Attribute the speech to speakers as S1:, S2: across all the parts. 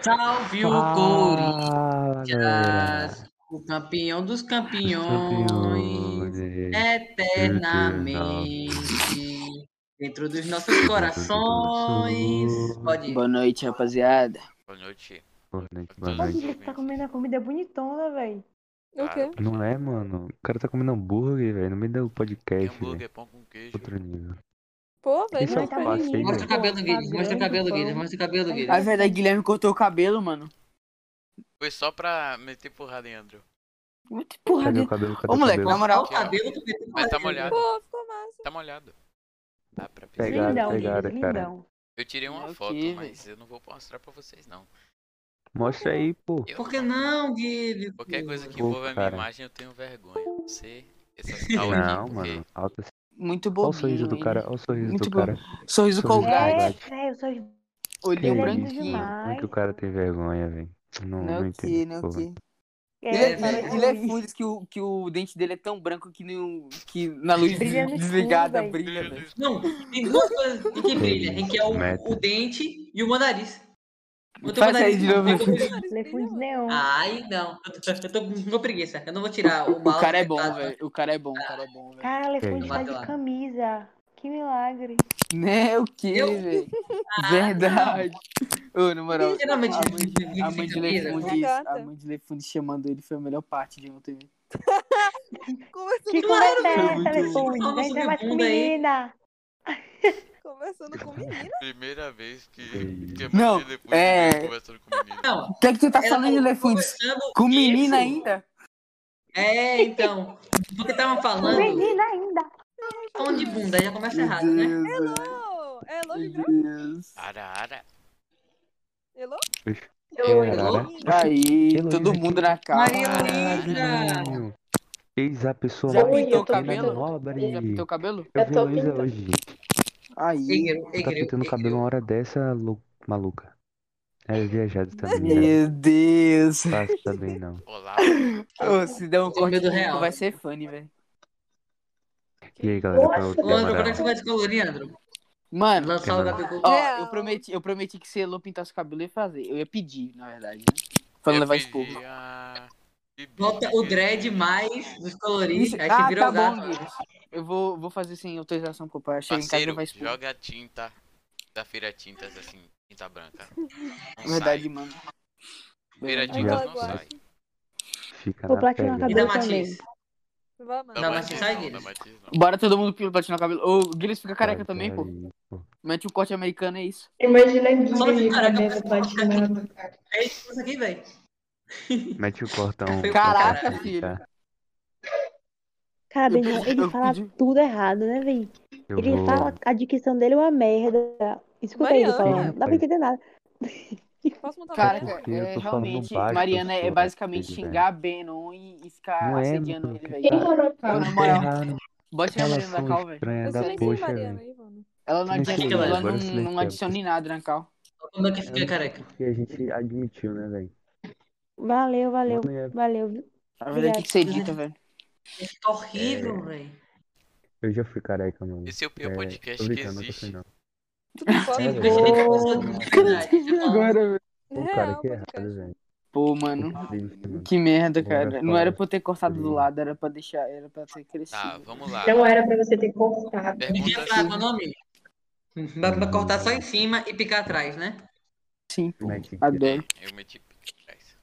S1: Salve o
S2: Fala, galera.
S1: Corinthians, o campeão dos campeões,
S2: Campeões.
S1: eternamente. Dentro dos nossos corações. Pode ir.
S3: Boa noite, rapaziada.
S4: Boa noite.
S2: Boa noite, boa
S4: Boa
S5: Olha,
S2: noite.
S5: ele tá comendo a comida bonitona, velho.
S6: O quê?
S2: Não é, mano? O cara tá comendo hambúrguer, velho. No meio do
S4: Tem
S2: podcast, velho.
S4: hambúrguer, pão com queijo.
S2: Outro nível.
S6: Pô, velho,
S2: Isso é
S6: não
S2: um passeio,
S6: faz
S1: Mostra o cabelo do Guilherme, mostra o cabelo do Guilherme,
S5: Guilherme.
S1: mostra o cabelo do
S3: A
S1: Guilherme.
S3: verdade, Guilherme cortou o cabelo, mano.
S4: Foi só pra meter porrada em Andrew.
S3: Muita porra.
S2: Cadê
S3: Guilherme.
S2: o cabelo? Cadê
S3: Ô,
S2: o
S3: moleque,
S2: cabelo?
S3: na moral.
S1: Olha o cabelo que ele
S4: Mas tá molhado,
S6: Pô, ficou massa.
S4: tá molhado. Dá pra
S2: Pegada,
S5: Lindão,
S4: ver.
S2: pegada,
S5: Guilherme,
S2: cara.
S5: lindão.
S4: Eu tirei uma
S3: É o
S4: foto,
S3: quê,
S4: mas eu não vou mostrar pra vocês, não.
S2: Mostra aí, pô.
S4: Eu
S1: Por que não, Guilherme?
S4: Qualquer coisa que
S2: Pô,
S4: envolva a minha
S2: cara.
S4: imagem, eu tenho vergonha. Você, essas tal
S2: Não,
S4: aqui, porque...
S2: mano. Alta...
S3: Muito
S2: Olha o
S3: bobinho.
S2: sorriso do
S3: hein?
S2: cara. Olha o sorriso
S3: Muito
S2: do cara.
S3: Sorriso
S2: Sorriso
S3: colgado.
S2: colgado.
S5: É,
S2: verdade.
S5: velho, só os
S3: Olhinho
S5: Ele é lindo
S3: branquinho.
S5: demais.
S2: Como é que o cara tem vergonha, velho? Não, não,
S3: Não
S2: entendo.
S3: que, não
S2: porra.
S3: que.
S5: é,
S3: Ele é,
S1: velho.
S3: ele,
S5: parece
S3: ele é
S5: luz.
S3: full, diz que o, que o dente dele é tão branco que, no, que na luz
S5: Brilha no
S3: desligada
S5: escuro,
S3: brilha, é velho.
S1: Não, tem duas coisas em que brilha, em que é o,
S2: Meta.
S1: o dente e o meu nariz. O teu
S3: Faz aí
S1: nariz
S3: de
S1: não,
S3: novo.
S1: eu tô brilhando.
S5: Ele é full de neon.
S1: Ai, não. Eu tô, eu tô com preguiça. Eu não vou tirar o
S3: O
S1: balde
S3: cara é
S1: que
S3: bom,
S1: tá-
S3: velho. O cara é bom, o cara é bom, velho.
S5: Cara, ele é full de
S1: Vai
S5: estar de
S1: lá.
S5: camisa. Que milagre.
S3: Né, o que,
S1: Eu-
S3: velho? Verdade. Ô, na moral.
S1: Sinceramente,
S3: A mãe de- a mãe é de
S1: né?
S6: Tá
S3: Lefundes,
S6: gata.
S3: a mãe de Lefundes chamando ele foi a melhor parte de ontem. velho.
S6: Conversando,
S5: Que
S1: Claro,
S5: conversa é
S3: velho.
S5: essa, Lefunde?
S1: Falando
S5: Não
S1: sobre
S5: é mais com
S1: bunda aí.
S5: menina.
S6: conversando com menino.
S4: Primeira vez que...
S2: Ei.
S4: que a
S3: Não,
S4: mulher depois
S3: é-
S4: fica conversando com o menino.
S1: Não,
S3: O que é que tu tá
S1: ela
S3: falando de Lefundes?
S1: conversando
S3: Com
S1: isso.
S3: menina ainda?
S1: É, então. Porque tava falando,
S5: Menina ainda.
S1: falando de bunda, já começa
S3: Meu
S1: errado, né?
S3: Deus, velho.
S6: Não, é
S3: Meu
S6: Elô,
S3: Deus.
S4: Ara, ara.
S6: Elô?
S2: É, Cara,
S3: Aí,
S2: Heloísa
S3: todo mundo na casa.
S1: Maria Luísa!
S2: Caralho. Eis a pessoa
S3: Já
S2: mais
S3: pintou o
S2: pequena
S3: cabelo?
S2: do Nobre.
S3: Já pintou o cabelo?
S2: Eu
S7: Eu
S2: vi
S7: tô
S2: Luísa
S7: pintando.
S2: hoje.
S3: Aí.
S1: Igreja,
S2: Tá pintando o cabelo uma hora dessa, lou- maluca. É viajado também.
S3: Meu Deus.
S2: Passa também não.
S4: Olá.
S3: Ô, se der um
S1: Medo
S3: corte
S1: real.
S3: branco, vai ser funny, velho.
S2: E aí, galera, pra
S1: Ô,
S7: Ô,
S1: Andro, quando é que
S2: comemorar.
S1: você vai descolorir, Andro?
S3: Mano,
S1: Lançar o cabelo.
S3: ó, eu
S6: Real.
S3: prometi, eu prometi que se Elô pintasse o cabelo, eu ia fazer. Eu ia pedir, na verdade, né? Pra não
S4: Eu
S3: levar
S4: pedi
S3: esporro.
S4: a- Bibi,
S1: Bota o
S4: que- é
S1: dread mais descolorir,
S3: Isso-
S1: aí você
S3: Ah,
S1: vira
S3: tá
S1: o
S3: bom,
S1: gato.
S3: Guilherme. Eu vou, vou fazer sem autorização pro pai. Chega em casa e
S4: Parceiro,
S3: levar esporro.
S4: joga tinta da Feira Tintas, assim, tinta branca. Não
S3: Verdade,
S4: sai.
S3: mano.
S4: Feira
S2: Verdade.
S4: Tintas não
S6: Eu
S4: sai.
S2: Fica
S5: Vou
S2: na
S5: platinar o
S1: E
S2: pele.
S1: da
S5: cabelo
S1: Matiz?
S5: também.
S6: Vamos.
S4: Da
S1: Não,
S6: Não,
S1: mas
S4: Matiz
S1: sai
S4: não,
S1: deles.
S4: da Matiz não.
S3: Bora todo mundo pil- platinar o cabelo. Ô, o Guilherme fica careca também, pô.
S2: Pariu.
S3: Mete um corte americano, é isso.
S7: Imagina a
S1: Só de
S7: Guilherme
S1: cara,
S7: cabelo platinado.
S1: É isso aqui, velho.
S2: Mete o cortão.
S1: Caraca,
S2: coloca-
S3: filho.
S5: Cara,
S3: Eu
S5: meu irmão,
S3: pedi-
S5: ele
S3: eu
S5: fala
S3: pedi-
S5: tudo errado, né, velho?
S2: Eu
S5: Ele
S2: vou-
S5: fala, a dicção dele é uma merda. Escuta ele
S6: Mariana.
S5: falando, não dá pra entender nada.
S6: Posso um montar
S2: Cara,
S6: cara,
S2: Porque
S3: Careca,
S2: eu
S3: é,
S2: tô falando um
S3: realmente,
S2: baixo, assim,
S3: Mariana é
S2: professora,
S3: basicamente
S2: filho,
S3: xingar Benon e, e ficar
S2: Não é,
S3: assediando
S2: mano,
S3: ele,
S2: que
S7: Quem
S3: velho.
S7: rolou o
S3: Ô,
S7: pau?
S3: na moral,
S2: Errado,
S3: bote a Mariana na cal,
S2: relação
S3: velho.
S2: estranha
S6: Eu
S2: da
S6: sei nem quem é
S2: poxa,
S6: Mariana
S2: velho.
S6: aí, mano.
S3: Ela não
S2: Silencia,
S3: adianta, ela
S2: é, agora
S3: não,
S2: silencia.
S3: não adiciona em nada na cal.
S1: Como é que fica careca?
S2: Que a gente admitiu, né, velho?
S5: Valeu, valeu,
S2: Mano, é-
S5: valeu. viu?
S3: A verdade é que você edita, velho.
S1: Fica
S3: É.
S1: horrível, velho.
S2: Eu já fui careca, mano.
S4: Esse é o
S2: É,
S4: pior
S2: tô
S4: podcast que
S2: brincando, nunca fui,
S4: existe.
S2: não.
S6: Tudo foda.
S1: Você
S2: É,
S1: vê que a
S5: velho.
S1: pessoa tem dificuldade. Você fala,
S3: velho.
S2: Pô,
S6: Real,
S2: cara, que é errado,
S6: podcast.
S2: velho.
S3: Pô, mano.
S2: Triste, mano.
S3: Que merda,
S2: Bora
S3: cara. Não
S2: falar.
S3: era pra eu ter cortado do
S2: Sim.
S3: lado, era pra deixar, era pra ter crescido.
S4: Tá, vamos lá.
S6: Então,
S7: Não Então era pra você ter cortado.
S1: Ninguém
S4: Pergunta
S1: sabe o nome. Dá pra cortar só em cima e picar atrás, né?
S3: Sim, pô.
S2: Mete-
S3: Adoro.
S4: Eu meti pica atrás.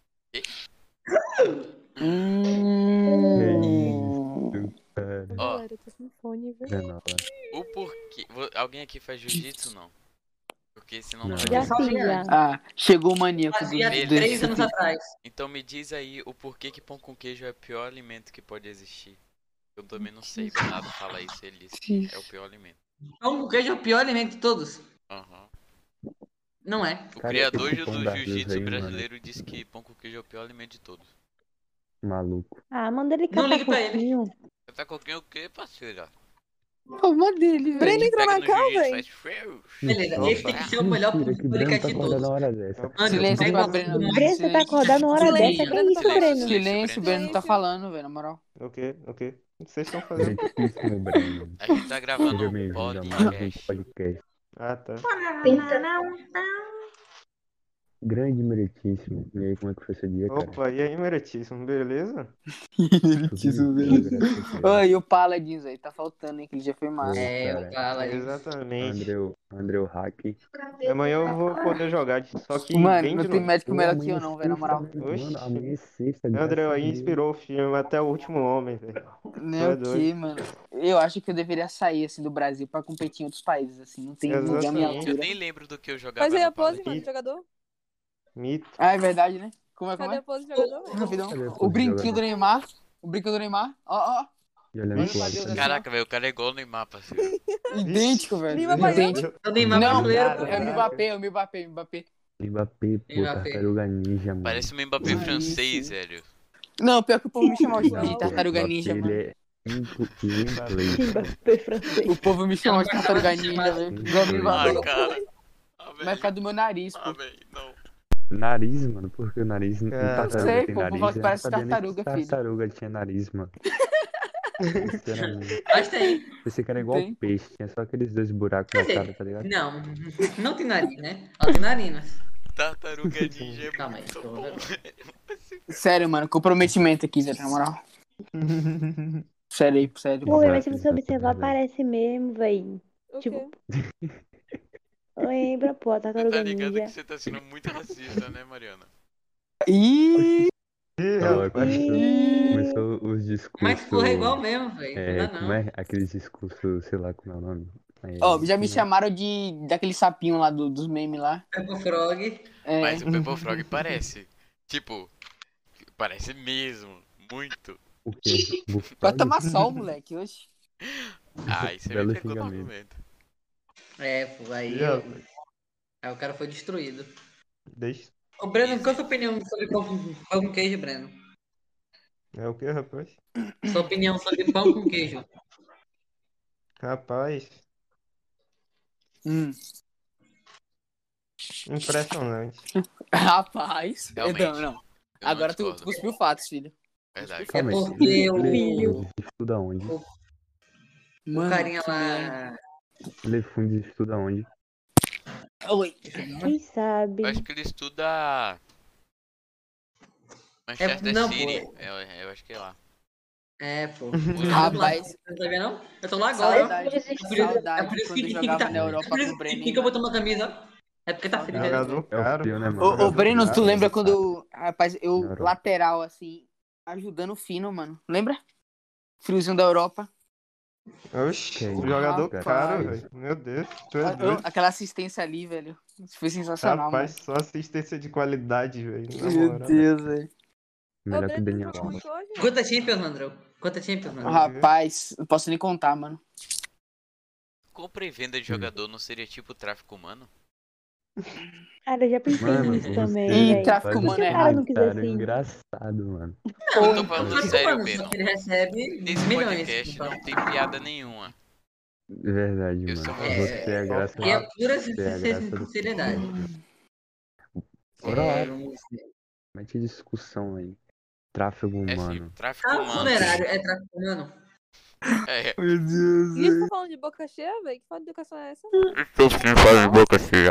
S3: Hum...
S2: É,
S4: Ó.
S6: Galera, eu tô sem fone, velho.
S2: 19.
S4: O porquê. vo- Alguém aqui faz jiu-jitsu não? Porque senão
S2: Não.
S4: não.
S5: Já
S4: vai
S1: Só
S5: fiz, já.
S1: obrigado.
S3: Ah, chegou o maníaco do,
S1: Fazia
S4: Beleza.
S3: do-
S1: três anos atrás.
S4: Então me diz aí o porquê que pão com queijo é o pior alimento que pode existir. Eu também não sei, mas nada fala isso, ele disse. É o pior alimento.
S1: Pão com queijo é o pior alimento de todos.
S4: Aham.
S1: Não é.
S4: O
S2: Cara,
S4: criador
S2: esse
S4: do
S2: pão da Deus
S4: jiu-jitsu
S2: aí, mano.
S4: brasileiro disse que pão com queijo é o pior alimento de todos.
S2: Maluco.
S5: Ah, manda ele
S1: Não
S5: catar
S1: ligue pra ele.
S5: coquinho.
S4: Você tá com quem o quê, parceira?
S3: Palma dele, velho.
S6: Breno entrou
S4: Pega
S6: na
S4: no
S6: cal,
S4: jiu-jitsu,
S6: tá velho.
S4: faz feio.
S1: Beleza,
S2: Opa.
S1: esse tem que ser o melhor
S2: Mentira, que Breno
S1: podcast
S2: tá
S1: de
S2: acordando
S1: todos.
S2: na hora
S8: É
S2: dessa.
S1: André,
S3: Silêncio
S1: pega
S3: pra
S1: uma
S3: Breno.
S1: coisa mais-
S5: Breno, você tá acordado uma hora
S6: Silêncio,
S5: dessa? Que
S6: Breno,
S5: isso,
S6: silêncio,
S5: Breno?
S6: silêncio.
S3: Silêncio, Breno não tá
S6: Silêncio.
S3: falando, velho, na moral.
S8: Ok, ok. O que vocês estão
S2: É
S8: fazendo?
S2: difícil, Breno.
S4: A gente tá gravando
S2: Seja
S4: um
S2: bem-vindo a mais um
S8: tá.
S4: podcast.
S2: podcast.
S8: Ah, tá.
S7: Tenta.
S2: Grande meritíssimo. E aí, como é que foi seu dia, cara?
S8: Opa, e aí, meritíssimo, beleza?
S2: Tudo bem, graças a Deus.
S3: Ai, e o Paladins aí, tá faltando, hein? Que ele já foi massa.
S1: É,
S2: cara.
S1: o Paladins.
S8: Exatamente.
S2: Andreu, Andreu Hack.
S8: Amanhã eu vou poder jogar, só que
S3: Mano,
S8: bem
S3: não
S8: de
S3: tem
S8: noite.
S2: é
S3: médico melhor que eu, não, velho, na moral.
S8: Oxi.
S2: Mano, amanhã é sexta,
S8: André
S2: graças a
S8: aí
S2: Deus.
S8: inspirou o filme até o último homem, velho.
S3: Não,
S8: é doido.
S3: que, mano. Eu acho que eu deveria sair, assim, do Brasil pra competir em outros países, assim. Não tem ninguém à minha
S8: Exatamente.
S4: Eu
S3: altura.
S4: nem lembro do que eu jogava.
S6: Faz aí é a
S4: no Paladins.
S6: pose, mano,
S8: Ih.
S6: jogador.
S2: Tá
S8: Mito.
S3: Ah, é verdade, né? Como é, como
S6: Cadê
S3: é?
S6: a pose do jogador? velho?
S3: Rapidão.
S2: Cadê a
S3: O
S2: pose do
S3: brinquedo do
S2: jogador?
S3: Neymar. O brinquedo do Neymar. Ó, ó.
S2: E olhando
S8: Mano,
S2: pro lado,
S3: Deus,
S2: né?
S4: Caraca, velho, o cara é igual no mapa, parceiro.
S3: Idêntico, velho.
S6: Viva Baiano.
S3: Idêntico.
S1: É o Neymar
S3: Não,
S1: brasileiro,
S8: cara,
S1: pô.
S3: É o Mbappé, é o Mbappé, o Mbappé.
S2: Mbappé, pô,
S1: Mbappé.
S2: tartaruga ninja, mano.
S4: Parece um Mbappé
S3: Isso.
S4: francês, velho.
S3: Não, pior que o povo me chamava de
S6: Mbappé,
S3: tartaruga ninja,
S2: Mbappé,
S3: mano.
S2: Ele é inco-
S5: Mbappé francês.
S3: O povo me chamava de tartaruga ninja, velho. Igual o
S4: Ah,
S3: Mbappé.
S4: cara. Ah, velho.
S3: Mas por causa do meu nariz,
S4: Ah,
S3: pô.
S4: velho, não.
S2: Nariz, mano, porque o nariz não
S1: É,
S8: Cara.
S2: tartaruga
S3: Sei,
S2: tem
S3: pô,
S2: nariz.
S3: mas
S2: Eu
S3: parece
S2: não sabia nem que
S3: tartaruga, filho.
S2: Tartaruga tinha nariz, mano. Sinceramente.
S1: Mas tem.
S2: Esse cara é igual
S3: Tem.
S2: peixe, tinha só aqueles dois buracos na
S1: Cadê?
S2: cara, tá ligado?
S1: Não, não tem nariz, né? Ela tem narinas.
S4: Tartaruga Ninja é
S1: Calma aí,
S4: muito
S1: tô
S4: bom.
S1: vendo.
S3: Sério, mano, comprometimento aqui, Zé, na moral. Sério aí, sério.
S5: Oi, mas
S2: Exato,
S5: se você
S2: exato,
S5: observar,
S2: verdade.
S5: parece mesmo, véi.
S6: O quê? Tá
S5: Tipo, Lembra, pô, a
S4: Tá
S5: tartaruga
S4: ligado que
S5: ninja.
S4: você tá sendo muito racista, né, Mariana?
S3: Ih,
S8: Ih,
S2: Olha lá,
S8: rapaz.
S5: Ih,
S2: Começou os discursos.
S1: Mas porra, é igual mesmo, velho.
S2: É,
S1: não dá
S2: como
S1: não.
S2: é? Aqueles discursos, sei lá como é o nome. É,
S3: ó, já me
S2: né?
S3: chamaram de daquele sapinho lá do- dos memes lá.
S1: Peppa Frog.
S3: É,
S4: Mas o Peppa Frog parece. Tipo, parece mesmo. Muito.
S2: O quê? Bufão?
S3: vai tomar sol, moleque, hoje.
S4: Ah, isso aí
S2: Belo
S4: me pegou no
S2: xingamento.
S4: argumento.
S1: É, pô, aí,
S8: Ih, rapaz.
S1: aí o cara foi destruído.
S8: Deixa.
S1: Ô, Breno, qual a sua opinião sobre pão com, pão com queijo, Breno?
S8: É o que, rapaz?
S1: Sua opinião sobre pão com queijo.
S8: Rapaz,
S3: Hum.
S8: impressionante.
S3: Rapaz. Então,
S4: Realmente.
S3: Não, não.
S4: Eu não
S3: Agora tu, tu
S4: discordo.
S3: cuspiu fatos, filho.
S4: Verdade.
S1: É
S2: Calma aí,
S1: porque
S2: ele-
S1: o-
S2: ele- ele estuda onde?
S1: O carinha
S3: que merda.
S1: lá.
S2: Lefundes estuda onde?
S3: Oi.
S5: quem sabe?
S4: Eu acho que ele estuda. Manchester
S1: É, não, pô.
S4: City. Eu, eu acho que é lá.
S1: É, pô.
S3: Rapaz,
S1: Não sabia, não? Eu tô lá agora.
S3: saudade,
S1: É por isso- é por
S3: saudade
S1: isso
S3: quando eu
S1: que-
S3: jogava na
S1: É
S3: Europa
S1: por
S3: com o
S1: isso
S3: Breno.
S1: que, que eu boto uma camisa. ó. É porque tá frio, né?
S8: Jogador
S2: É o
S8: caro.
S2: frio, né, mano?
S3: Ô, ô, Breno, tu
S2: Caro,
S3: lembra
S2: caro.
S3: quando, rapaz, eu
S2: Europa.
S3: lateral, assim, ajudando o Fino, mano. Lembra? Friozinho da Europa.
S8: Oxi,
S2: Que
S8: jogador
S2: isso,
S8: caro,
S2: rapaz.
S8: velho. Meu Deus, tu
S3: Ah, Eu-
S8: é doido.
S3: aquela assistência ali, velho. Isso foi sensacional,
S8: Rapaz, só assistência de qualidade, velho.
S3: mano.
S8: Na
S3: Meu
S8: moral.
S3: Deus, velho.
S2: Melhor que o
S6: Breno, tu
S2: Daniel
S6: jogou
S2: Alves.
S6: muito hoje?
S1: Quanta é Champions, André? Quanta Champions, André?
S3: Rapaz, não posso nem contar, mano.
S4: Compra e venda de
S2: Hum.
S4: jogador não seria tipo tráfico humano?
S5: Cara, eu já pensei
S2: Mano,
S5: nisso
S2: você
S5: também,
S3: Ih,
S5: véi.
S3: tráfico
S2: faz
S3: humano
S2: esse
S3: é
S5: errado.
S2: comentário engraçado, mano.
S4: Eu tô falando
S1: Mas,
S4: sério,
S1: mano,
S4: Breno.
S1: só que é Ele recebe
S4: Nesse
S1: milhões.
S4: podcast né?
S1: então.
S4: não tem piada nenhuma.
S2: Verdade,
S4: Eu
S2: mano.
S4: sou
S1: É,
S2: Você é a graça.
S1: E é pura
S2: Você é a graça do
S1: sinceridade.
S2: Bora
S1: É,
S2: lá,
S1: um-
S2: mete discussão aí. Tráfego
S4: É
S2: humano.
S4: sim, tráfico
S1: Ah,
S4: humano.
S1: funerário é tráfico humano.
S4: É,
S2: Meu Deus,
S6: Ih, tá falando de boca cheia, velho? Que falta de educação é essa?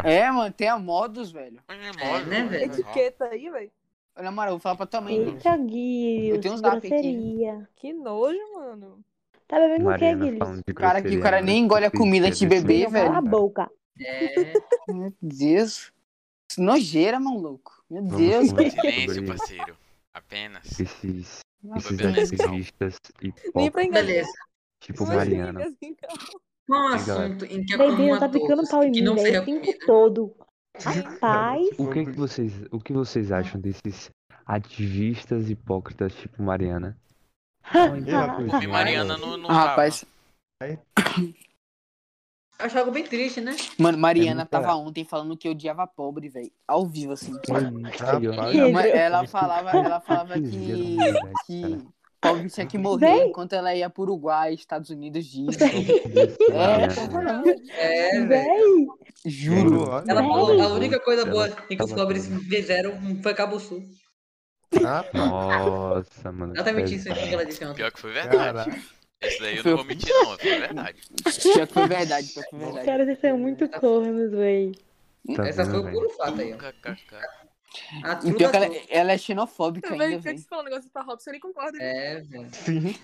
S3: É, mano, tem a modos, velho.
S4: um
S1: É, né, velho?
S6: Etiqueta aí, velho?
S3: Na moral, eu vou falar pra tua mãe. velho.
S5: Eita, Guilherme.
S3: Eu tenho uns zap aqui.
S5: grosseria.
S6: Que nojo, mano.
S5: Tá bebendo o quê,
S2: Mariana
S5: Guilherme?
S2: falando de
S3: O cara que- o
S2: grosseria, né?
S3: cara
S2: mano,
S3: nem engole a
S2: que
S3: comida
S2: tristeza
S3: de
S2: isso,
S3: bebê,
S2: mano.
S3: velho.
S5: Cala a boca.
S1: É.
S3: Meu Deus. Isso é Nojeira, mão louco. Meu
S2: Vamos
S3: Deus,
S1: é?
S2: falar
S3: velho.
S4: Silêncio, tipo
S2: sobre
S4: assim. parceiro. Apenas.
S2: Esses,
S4: Foi
S2: esses
S4: bem legal.
S2: ativistas
S6: Nem pra
S2: hipócritas,
S6: enganar.
S1: Beleza.
S2: tipo
S6: Mas nem
S2: Mariana.
S6: pra enganar.
S1: Qual um
S2: E galera?
S1: assunto em que é comum
S5: Bebinho
S1: a
S5: tá picando
S1: todos
S5: pau em
S1: que
S5: mim,
S1: não
S5: velho,
S1: seja
S5: o tempo
S1: comida?
S5: todo.
S2: É,
S8: Cara,
S5: Rapaz.
S8: tipo,
S2: O que, que vocês, o que
S3: Ah.
S2: vocês acham desses ativistas hipócritas tipo Mariana? é
S4: Homem Mariana não,
S1: Ah,
S4: não
S3: Rapaz,
S1: Eu acho algo bem triste, né?
S3: mano, Mariana
S2: É muito
S3: tava ontem falando que odiava pobre, velho. Ao vivo, assim.
S2: Aí, ó.
S8: Rapaz.
S3: Mas
S5: Pedro.
S3: ela falava, ela falava
S2: Fizeram
S3: que,
S2: maldade,
S3: que
S2: cara.
S3: pobre tinha que morrer
S5: Véi.
S3: enquanto ela ia pro Uruguai, Estados Unidos, disso. É,
S2: tipo Mariana.
S3: tá falando.
S1: É, velho.
S5: Véi,
S3: Juro.
S8: Olha,
S1: Ela
S5: Velho.
S1: falou, a única coisa
S2: Ela
S1: boa em que os
S2: tava
S1: pobres
S2: falando.
S1: fizeram um foi Cabo Sul.
S5: Ah,
S8: rapaz.
S2: Nossa, mano.
S1: Exatamente isso
S2: pesado.
S1: que ela disse ontem.
S4: Pior que foi verdade.
S8: Caraca.
S4: Esse daí eu
S3: Foi
S4: não vou mentir, não. Foi verdade.
S3: Pior que foi verdade, pior que foi
S5: os
S3: verdade.
S5: caras são muito cornos, véi.
S2: Tá
S1: Essa foi
S2: vendo,
S1: o
S2: velho?
S1: puro fato aí, ó.
S4: KKK.
S1: A
S3: E pior que ela,
S1: Truda
S3: ela é xenofóbica
S6: Também,
S3: ainda,
S6: por que que
S3: velho.
S6: você falou um negócio pra Robson? Eu nem concordo.
S1: É, velho.
S8: Sim.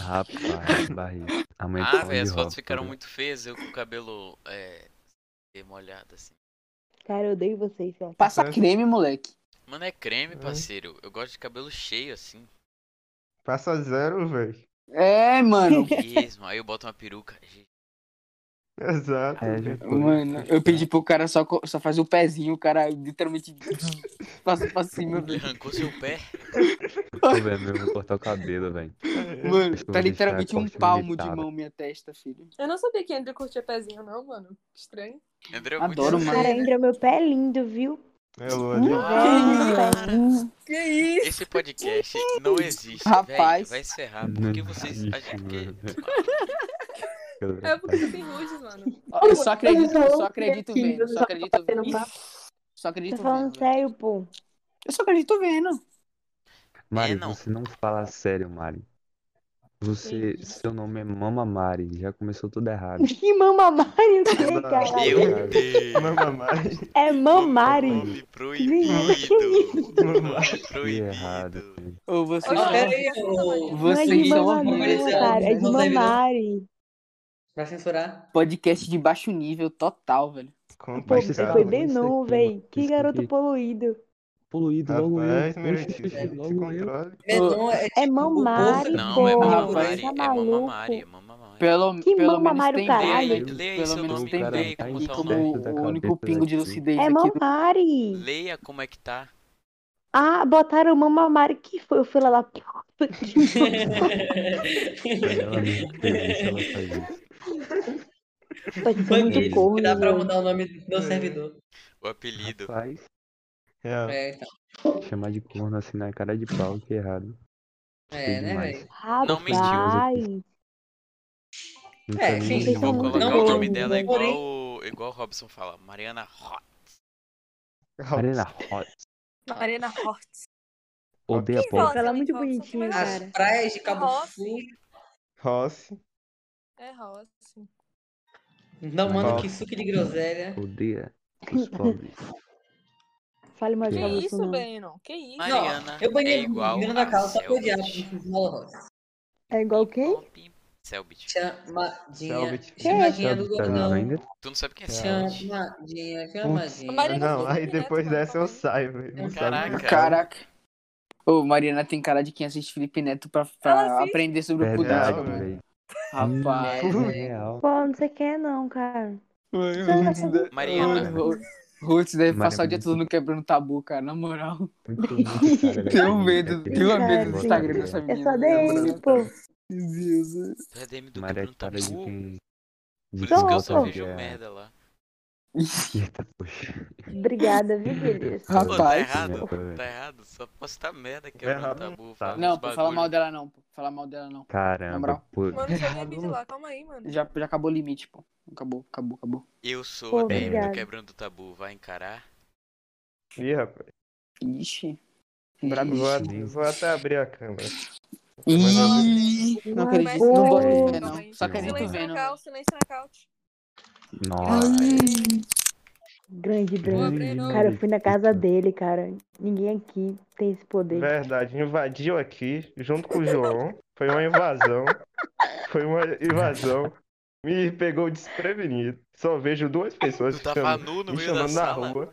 S2: Rapaz, barriga. A mãe
S4: Ah,
S2: fala
S4: velho,
S2: de
S4: as fotos
S2: Robson,
S4: ficaram
S2: né?
S4: muito feias, eu com o cabelo é, meio molhado assim.
S5: Cara, eu odeio vocês, ó.
S3: Passa
S8: É.
S3: creme, moleque.
S4: Mano, é creme,
S8: É.
S4: parceiro. Eu gosto de cabelo cheio assim.
S8: Passa zero, velho.
S3: É, mano.
S4: Mesmo. Aí eu boto uma peruca.
S8: Exato.
S2: É,
S8: velho.
S2: gente.
S3: Mano, eu pedi pro cara só, co- só fazer o pezinho, o cara literalmente passa pra cima,
S4: Ele
S3: velho.
S4: arrancou seu pé.
S2: Pô, velho, eu vou cortar o cabelo, velho.
S3: Mano,
S2: Isso
S3: tá
S2: é
S3: literalmente um
S2: corte
S3: palmo de
S2: militar.
S3: mão minha testa, filho.
S6: Eu não sabia que Andrew curtia pezinho, não, mano. Estranho.
S4: André, é
S3: Adoro,
S4: muito...
S3: mano.
S5: Cara, André, meu pé é lindo, viu?
S8: É, Luana.
S5: Velho, meu pé.
S6: Que isso?
S4: Esse podcast não existe,
S3: Rapaz.
S4: velho. Vai encerrar.
S2: Não
S4: Ah, Por que vocês.
S2: existe,
S4: A gente
S2: mano.
S4: que-
S6: É porque você tem ruges, mano.
S3: Eu só acredito, eu só acredito vendo. Só acredito vendo. Só
S5: Tô
S3: acredito
S5: falando
S3: vendo.
S5: sério, pô.
S3: Eu só acredito vendo.
S2: Mari,
S4: É, não.
S2: você não fala sério, Mari. Você, seu nome é Mama Mari, já começou tudo errado.
S5: Que mamamari, o que,
S8: Não.
S5: cara?
S4: Meu Deus.
S8: Mamamari.
S5: É mamari.
S4: Nome proibido. Nome
S2: Que errado.
S4: proibido.
S2: velho.
S3: Ou vocês
S6: Olha,
S3: estão.
S6: aí,
S1: Ô,
S5: Não é de
S3: Vocês são
S5: mamamari,
S1: horríveis,
S5: não,
S1: né?
S5: cara. É de
S1: Não deve, não.
S5: mamari.
S1: Vai censurar?
S3: Podcast de baixo nível total, velho.
S5: Pô,
S2: Mas
S5: você
S2: você
S5: foi
S2: tá
S5: bem
S2: falando isso
S5: não,
S2: aqui,
S5: véi.
S2: mano.
S5: Que
S2: Isso
S5: garoto
S2: aqui.
S5: poluído.
S2: Poluído, logo
S8: Rapaz,
S2: eu.
S8: Meriti,
S2: Oxe, oxe,
S8: se
S2: logo eu.
S8: controle.
S1: Menon é
S5: É
S1: o
S5: mamari,
S1: gosto-
S4: Não, é
S5: pô.
S4: mamamari.
S5: Tá
S4: É
S5: maluco?
S4: mamamari. É mamamari.
S3: Pelo,
S5: Que
S3: pelo
S5: mama
S3: menos
S5: Mário
S3: tem velho.
S5: caralho.
S4: Leia- leia aí
S3: Pelo
S4: seu
S3: menos
S4: nome
S3: tem
S4: inteiro aí,
S3: velho.
S4: como
S3: aqui
S4: tá o
S3: como
S2: nome.
S3: o único pingo de lucidez
S5: É
S3: aqui. do-
S5: mamari.
S4: Leia como é que tá.
S5: Ah, botaram mamamari que foi. Eu fui lá lá.
S2: Ela mesmo fez isso, ela faz isso.
S5: Pode ser
S1: Foi
S5: muito
S1: mesmo que dá pra
S5: corno.
S1: mudar o nome do
S2: É.
S1: meu servidor.
S4: O apelido.
S2: Rapaz, Tá
S8: É,
S1: É, então.
S2: chamar de corno assim na cara de pau, que errado.
S1: É, né,
S2: Demais.
S1: velho?
S4: Não mentiu.
S5: Rapaz.
S1: É,
S2: Não tá nem
S1: sim,
S5: Vocês são
S4: Vou
S5: muito
S4: colocar o
S1: Não,
S4: nome
S1: não,
S4: dela é
S1: não, porém.
S4: igual, o- igual o Robson fala. Mariana Hot.
S2: Arena Hot.
S6: Marina Hort.
S2: Odeia
S6: Quem
S2: pau.
S6: fala?
S5: Ela é muito
S6: Robson,
S5: bonitinha,
S6: mas-
S5: cara.
S1: As praias de Cabo
S6: Nossa.
S1: Sul.
S8: Rossi.
S6: É Rossi.
S1: Não, mano,
S8: Nossa.
S1: que suco de groselha.
S2: Odeia os pobres.
S5: Fale mais
S2: Que
S6: Que
S5: pra você,
S6: isso,
S5: não.
S6: Beno? Que isso?
S4: Mas-
S1: Não,
S4: Mariana
S1: eu
S4: é
S1: banhei
S4: igual
S1: o menino da
S4: a
S1: casa só pra odiar
S4: Selbit.
S1: com Lola Rosa.
S5: É igual quem?
S4: Selbit.
S1: Chamadinha,
S8: Selbit.
S1: chamadinha é do
S2: Sabe, tá vivo
S1: gordão.
S2: ainda?
S4: Tu não sabe quem é
S8: Não.
S4: Selbit?
S1: Chamadinha, chamadinha.
S6: Maria-
S8: Não, aí depois
S6: Neto,
S8: dessa eu
S6: mano,
S8: saio, velho. Não sabe
S4: Caraca.
S8: o que eu falo.
S3: Caraca. Ô, Marina tem cara de quem assiste Felipe Neto pra,
S6: Ela
S3: pra
S6: assiste.
S3: aprender sobre o
S2: Verdade,
S3: Kudai, velho.
S2: velho.
S3: Rapaz.
S1: É,
S2: Hum,
S1: velho.
S2: Real.
S5: Pô, não sei quem é não, cara.
S4: Mariana.
S3: Roots deve
S2: Mano, é
S3: passar o dia
S2: muito-
S3: todo no quebrando tabu, cara, na moral.
S2: Muito, muito cara, velho.
S3: Tenho medo,
S2: Aquele
S3: tenho
S5: Cara,
S3: medo do
S5: sim.
S3: Instagram dessa
S5: É
S3: menina.
S5: só DM, pô.
S3: Meu Deus.
S4: Tu é DM do
S2: Mari é
S4: Quebrando
S2: cara de
S4: Tabu.
S2: quem.
S4: Por
S2: de
S4: isso que
S2: quem
S4: eu só
S2: gosta
S5: Não,
S2: de
S4: vejo
S8: É.
S2: guerra.
S4: merda lá.
S2: Eita, poxa.
S5: Obrigada, viu, Guilherme?
S3: Rapaz.
S4: Pô, tá errado.
S2: Merda, velho.
S4: Tá errado. Só postar merda quebrando
S8: errado,
S4: tabu.
S8: tá.
S4: fala
S3: Não,
S4: uns
S3: pô, fala
S4: bagulho.
S3: mal dela não, pô. Fala mal dela não. Na
S2: Caramba,
S3: moral.
S2: pô.
S6: Mano, já vi vídeo lá. Calma aí, mano.
S3: Já, já acabou o limite, pô. Acabou, acabou, acabou.
S4: Eu sou
S5: Pô,
S4: o DM do
S5: obrigada.
S4: Quebrando Tabu. Vai encarar?
S8: Ih, rapaz.
S3: Ixi.
S8: Vou,
S3: Brabíssimo.
S8: até- vou até abrir a câmera.
S3: Ih,
S5: é
S3: não acredito. Não
S5: Mas-
S3: gosto de ver,
S6: Calma
S3: não.
S6: aí.
S3: Só acredito
S6: Silêncio
S3: vendo.
S6: na cal, silêncio na cal.
S2: Nossa.
S5: Grande,
S6: Boa,
S5: grande.
S6: Breno.
S5: Cara, eu fui na casa dele, cara. Ninguém aqui tem esse poder.
S8: Verdade, invadiu aqui, junto com o João. Foi uma invasão. Foi uma invasão. Me pegou desprevenido. Só vejo duas pessoas
S4: Tu tava
S8: chamando-
S4: nu no
S8: me
S4: meio da
S8: chamando na
S4: sala?
S8: rua.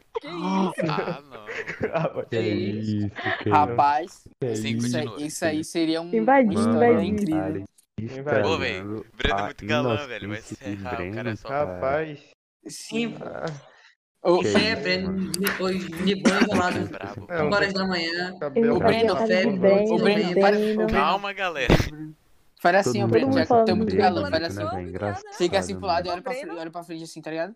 S6: Que isso?
S4: Ah, não.
S8: Ah, mas-
S2: Que isso, que
S3: Rapaz,
S2: isso.
S4: Sim,
S3: isso aí,
S4: continua.
S3: isso aí seria um.
S5: Invadindo,
S3: uma história
S2: é
S5: invadindo.
S3: incrível.
S4: Pô, velho, Breno é muito galã, velho. Vai encerrar. O cara é só.
S8: Rapaz.
S1: Sim,
S8: ah,
S3: Ô,
S2: Que
S1: Sim, é,
S2: isso,
S1: Breno.
S2: mano.
S1: me- Hoje me banho
S4: É
S1: enrolado.
S4: brabo.
S8: É,
S1: 5 horas da manhã.
S8: cabelo-
S5: Eu
S3: vou Breno,
S5: pra casa
S8: cabelo-
S5: do
S1: Breno,
S5: Breno,
S3: Ô, Breno,
S5: Breno.
S3: para, ô, Breno,
S4: Calma, galera.
S3: faz assim, ô,
S5: mundo
S3: Breno, já que
S5: falando
S3: tu é muito
S5: dele. né,
S3: galã, faz
S2: né,
S6: Falando
S3: assim.
S6: dele.
S3: Fica assim pro lado e
S6: Ô,
S3: olha pra, fri-
S6: Breno.
S3: olha pra frente assim, tá ligado?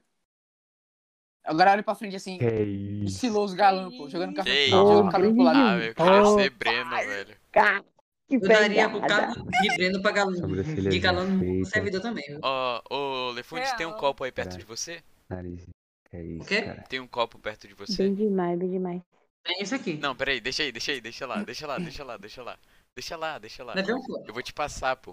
S3: Agora olha pra frente assim,
S2: Que é isso.
S3: estiloso galã, pô, jogando café,
S4: Que
S3: jogando
S4: isso.
S3: cabelo pro lado.
S4: Ah, eu queria ser Breno, velho.
S5: Cara, que
S1: Eu daria pro
S5: pegada.
S1: carro de Breno pra galã.
S2: Sobrancelha
S1: De galã no
S2: feita.
S1: servidor também. viu?
S4: Ó, ô,
S3: É,
S4: Lefunte, tem um
S6: Real.
S4: copo aí perto
S2: Caralho.
S4: de você?
S2: Nariz. Que é isso,
S1: O quê?
S2: cara.
S4: Tem um copo perto de você?
S5: Bem demais, bem demais.
S1: É isso aqui.
S4: Não, peraí, deixa aí, deixa aí, deixa lá, deixa lá, deixa lá, deixa lá. Deixa lá, deixa lá.
S1: Não é bem um flor.
S4: Eu vou te passar, pô.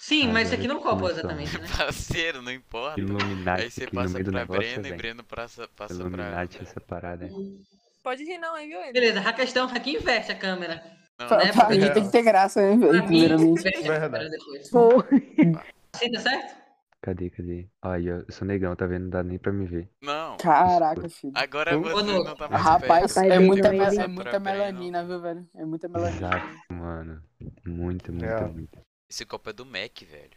S1: Sim,
S2: Ai,
S1: mas isso
S2: meu
S1: aqui não é um
S2: Deus,
S1: copo
S8: então.
S2: que
S1: exatamente, né?
S4: Parceiro, não importa.
S2: Iluminati
S4: Aí você
S2: aqui no
S4: passa
S2: meio do
S4: pra
S2: negócio,
S4: Breno e
S2: velho.
S4: Breno passa, passa pra.
S2: Iluminati essa parada. hein?
S6: Pode rir não, hein, viu, Ender?
S1: Beleza, a questão é que inverte a câmera.
S4: Não,
S3: Pra,
S1: né,
S3: pra
S1: porque-
S3: mim tem que ter graça, né, velho?
S1: Pra mim,
S3: Primeiramente.
S1: inverte a câmera
S8: Verdade.
S1: depois.
S5: Pô,
S1: Assim, tá certo?
S2: Cadê, cadê? Olha aí, ó, eu sou negão, tá vendo? Não dá nem pra me ver.
S4: não.
S3: Caraca, filho.
S4: Agora
S8: Ô,
S4: você
S1: Nuno.
S4: não tá mais
S3: Rapaz,
S4: perto.
S5: Rapaz,
S3: é
S5: bem
S3: muita,
S5: também.
S3: é
S4: Passa pra
S3: muita
S4: Breno.
S3: melanina, viu, velho? É muita melanina.
S2: Exato, mano. Muito, muito,
S8: É.
S2: muito.
S4: Esse copo é do Mac, velho.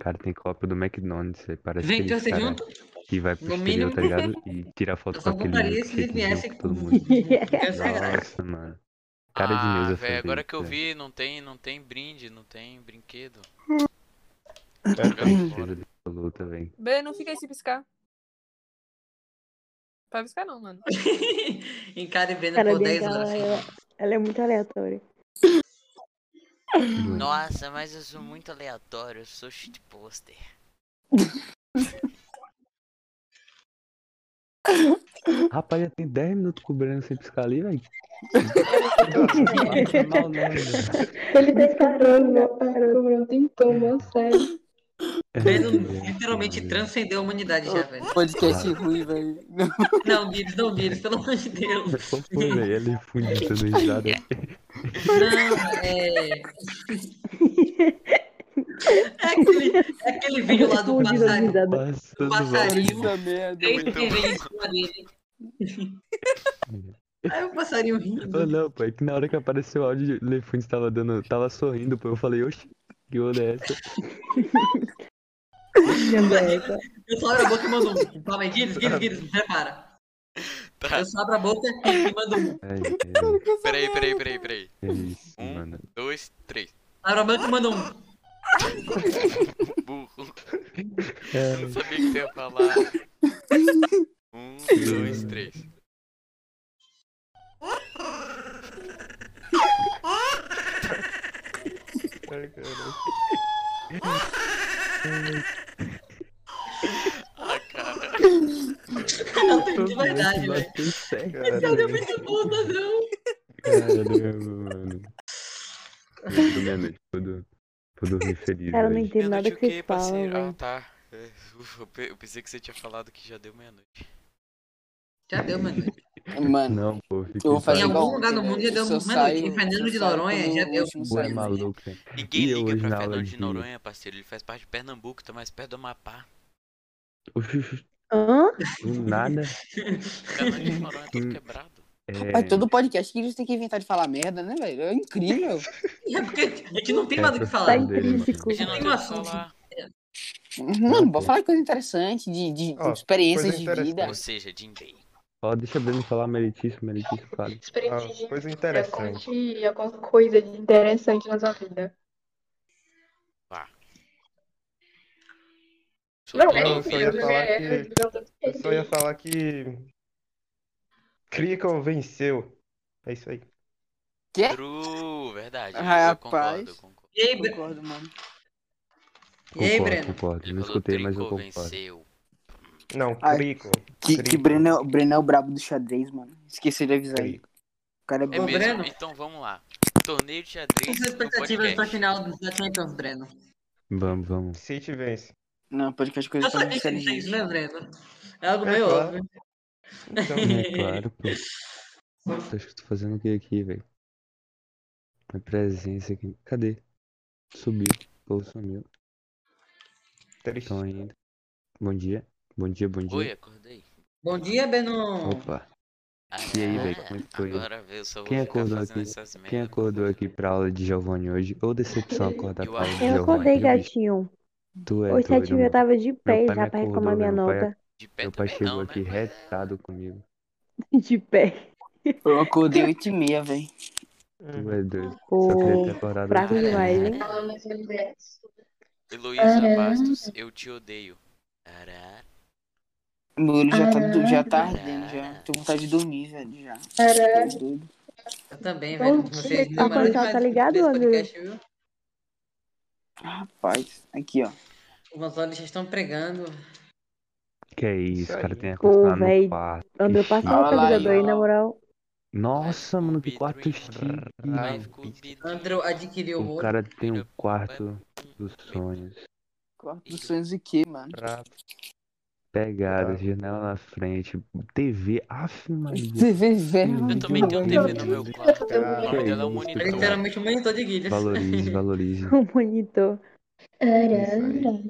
S2: Cara, tem copo do McDonald's aí, parece
S1: Vem
S2: aqueles
S1: torcer
S2: cara
S1: junto.
S2: que vai pro
S1: No
S2: exterior,
S1: mínimo.
S2: tá ligado? E tira foto
S1: Eu
S2: com
S1: só
S2: aquele
S1: compraria se ele
S2: milkshake junto
S1: viesse
S2: com
S1: com
S2: todo mundo.
S1: Essa é a graça.
S2: Nossa, mano. Cara de mesa fazer
S4: ah, velho, agora
S2: isso,
S4: que eu
S2: velho.
S4: vi, não tem, não tem brinde, não tem brinquedo.
S2: É Tristeza absoluta, velho.
S6: Breno, não fica aí se piscar. Vai piscar não, mano.
S1: em cada evento
S5: cara
S1: por
S5: dele,
S1: 10 horas.
S5: ela, ela, ela é muito aleatória.
S4: Nossa, mas eu sou muito aleatório, eu sou shitposter.
S2: Rapaz, já tem 10 minutos cobrando sem piscar ali, velho. Mal, né, velho?
S7: Ele tá escapando, meu parou, tentou, mano, sério.
S2: É,
S1: Breno um literalmente transcendeu a humanidade já, velho.
S3: Podcast ruim, velho.
S1: Não, Guilherme, não, Guilherme, pelo amor de Deus.
S2: Qual foi, velho? Ele fundiu dando risada.
S1: Não, é. É aquele, é aquele vídeo lá do
S5: Explodindo a
S1: passarinho.
S5: risada.
S2: Passando mal.
S1: Passarinho.
S3: Essa é merda.
S1: Três
S4: Muito
S1: que vem em cima dele. Aí o passarinho
S2: Oh,
S1: rindo.
S2: não, pô, é que na hora que apareceu o áudio, o Lefund tava dando. tava sorrindo, pô. Eu falei, oxe, que onda é essa?
S1: Eu só abro a boca e mando um. Calma aí, Guilherme, Guilherme, Guilherme, prepara.
S4: Tá.
S1: Eu só abro a boca e mando um.
S2: Ai, ai,
S4: Peraí, peraí, peraí, peraí.
S2: é isso,
S4: Um.
S2: mano.
S4: Dois, três.
S1: Abro a boca e mando um.
S4: Burro. Eu
S2: É,
S4: não sabia que você ia falar. Um, dois, três.
S8: tá
S4: Ah, cara.
S1: Não tem de verdade,
S2: Nossa,
S1: velho.
S2: bateu certo,
S1: Não deu
S2: velho.
S1: muito bom, não.
S2: Caramba, né, mano. Tudo meia-noite, tudo, tudo bem feliz.
S5: Cara, eu não
S2: hoje.
S5: entendo nada
S4: Meia-noite
S5: que né?
S4: o quê,
S5: vocês falam,
S4: parceiro? Ah,
S5: velho.
S4: tá. É, ufa, eu pe- eu pensei que você tinha falado que já deu meia-noite.
S1: Já deu, mano.
S3: Mano,
S2: Não, pô, fiquei
S3: eu vou fazer
S1: Em algum
S3: igual
S1: lugar do
S3: ontem,
S1: mundo já
S3: velho.
S1: deu
S3: Se eu
S1: meia-noite.
S3: saio-
S1: Em Fernando
S3: se eu
S1: de
S3: saio
S1: Noronha
S3: pelo
S1: já deu.
S3: último
S2: Pô, é
S3: saio.
S2: maluco, velho.
S4: Ninguém
S2: E eu
S4: liga
S2: hoje
S4: pra
S2: na
S4: Fernando
S2: aula
S4: de
S2: de-
S4: Noronha, parceiro. Ele faz parte de Pernambuco, tá mais perto do Amapá.
S2: Oxi, oxi,
S5: Hã?
S2: do nada.
S4: Fernando de Noronha é todo quebrado.
S2: É,
S3: Mas todo podcast que a gente tem que inventar de falar merda, né, velho? É incrível.
S1: É porque a gente não tem
S2: é
S1: mais o que
S2: profissão
S1: falar.
S5: Tá
S2: dele, mano.
S5: intrínseco.
S4: A gente não
S1: Tem
S4: tem
S1: um
S4: o que
S1: assunto.
S4: falar.
S3: Mano, bora falar de coisa interessante, de, de
S8: Ó,
S3: experiências
S8: coisa
S3: de vida.
S4: Ou seja, Jim Bay.
S2: Ó, deixa o Breno falar, meritíssimo, meritíssimo, fala.
S7: Experiência
S8: Ah, coisa
S7: de
S8: interessante.
S7: Conte alguma coisa de interessante na sua vida.
S4: Sou todo
S8: é eu só ia
S4: ouvido.
S8: falar que- Eu só ia falar que. Cricon venceu. É isso aí.
S3: Quê?
S4: True, verdade.
S3: Ah,
S4: eu concordo, eu
S3: rapaz.
S4: concordo.
S1: E aí, Bre-
S3: Concordo, mano.
S1: E aí,
S2: Concordo,
S1: Breno?
S2: Concordo, não
S4: falou,
S2: escutei, mas eu
S4: "Tricô
S2: concordo.
S4: venceu.
S8: Não,
S3: Ai,
S8: Cricon.
S3: Que, que
S8: Cricon.
S3: Breno, é, o Breno é o brabo do xadrez, mano. Esqueci de avisar aí. O cara é
S4: É
S1: Ô,
S3: bom.
S4: mesmo?
S1: Breno.
S4: Então vamos lá. Torneio de
S1: Quais
S4: xadrez
S1: são as
S4: no
S1: expectativas pra
S4: podcast.
S1: final da Champions, Breno?
S2: Vamos, vamos.
S8: City vence.
S3: Não, podcast coisa
S1: Eu
S3: tão
S1: sabia que você
S3: inteligente.
S1: isso, né, Breno? É algo
S8: É,
S1: meio
S8: claro.
S4: né?
S1: óbvio.
S8: Então,
S2: É claro, pô. Nossa, acho que tô fazendo o que aqui, velho? Minha presença aqui. Cadê? Subiu. Ou sumiu.
S8: triste.
S2: Estão ainda. Bom dia. Bom dia, bom dia.
S4: Oi, acordei.
S1: Bom dia, Breno.
S2: Opa.
S4: Ah,
S2: E aí, velho, como é que foi?
S4: Agora, velho, eu só vou
S2: Quem
S4: ficar
S2: acordou
S4: fazendo
S2: aqui?
S4: essas merda.
S2: Quem acordou aqui pra aula de Giovanni hoje? Ou decepção acordar
S4: Eu
S2: pra aula
S4: acho
S2: de
S4: que-
S3: é
S2: Giovanni?
S3: um
S5: Eu acordei,
S2: viu, bicho?
S5: gatinho.
S2: Tu é
S5: Hoje
S2: doido,
S5: certinho eu
S2: mano.
S5: tava de
S2: pai
S5: pé
S2: me
S5: já pra
S2: acordou,
S5: reclamar minha
S2: meu pai
S5: nota.
S4: De pé
S2: Meu pai
S4: também
S2: chegou
S4: não,
S2: aqui
S4: né?
S2: retado comigo. é
S5: De pé.
S3: Eu acordei 8 e meia, velho.
S8: Hum,
S2: Tu é doido. Só queria
S5: Pô,
S2: ter acordado né?
S5: fraco
S2: antes.
S5: demais, hein?
S4: Heloísa
S7: Caramba.
S4: Bastos, eu te odeio. Cará-
S3: Meu olho já tá, do- já tá
S4: Caraca.
S3: ardendo, já. Tô com vontade de dormir, velho, já.
S7: Caraca.
S3: Tô doido.
S1: Eu também, velho.
S7: Bom
S1: Vocês
S7: dia,
S1: demoraram
S5: tá
S1: demais pra
S5: ligado,
S1: esse
S5: André?
S1: podcast, viu?
S3: Rapaz, aqui, ó.
S1: Meus olhos já estão pregando. É
S2: Que isso,
S8: Isso
S2: cara
S8: aí.
S2: tem
S5: Pô,
S2: acordado no
S5: véio.
S2: quarto.
S5: André, passa o
S3: Fala aí,
S5: localizador aí,
S3: ó.
S5: na moral.
S2: Nossa, mano, que
S4: Pedro
S2: quarto
S4: Henrique.
S2: chique.
S4: Aí ficou o
S1: Andrew adquiriu
S2: Ah, O
S1: outro.
S2: cara tem um quarto dos sonhos.
S3: Quarto dos sonhos de quê, mano?
S8: Prato.
S2: Pegada, janela na frente, TV, af, Maria.
S3: TV velho.
S4: Eu também tenho TV no meu quarto. O
S8: Cara,
S4: nome dela é um
S1: É
S2: Que isso,
S4: monitor.
S2: cara.
S1: literalmente um monitor de guilhas.
S2: Valorize, valorize.
S5: O um monitor.
S7: Arara.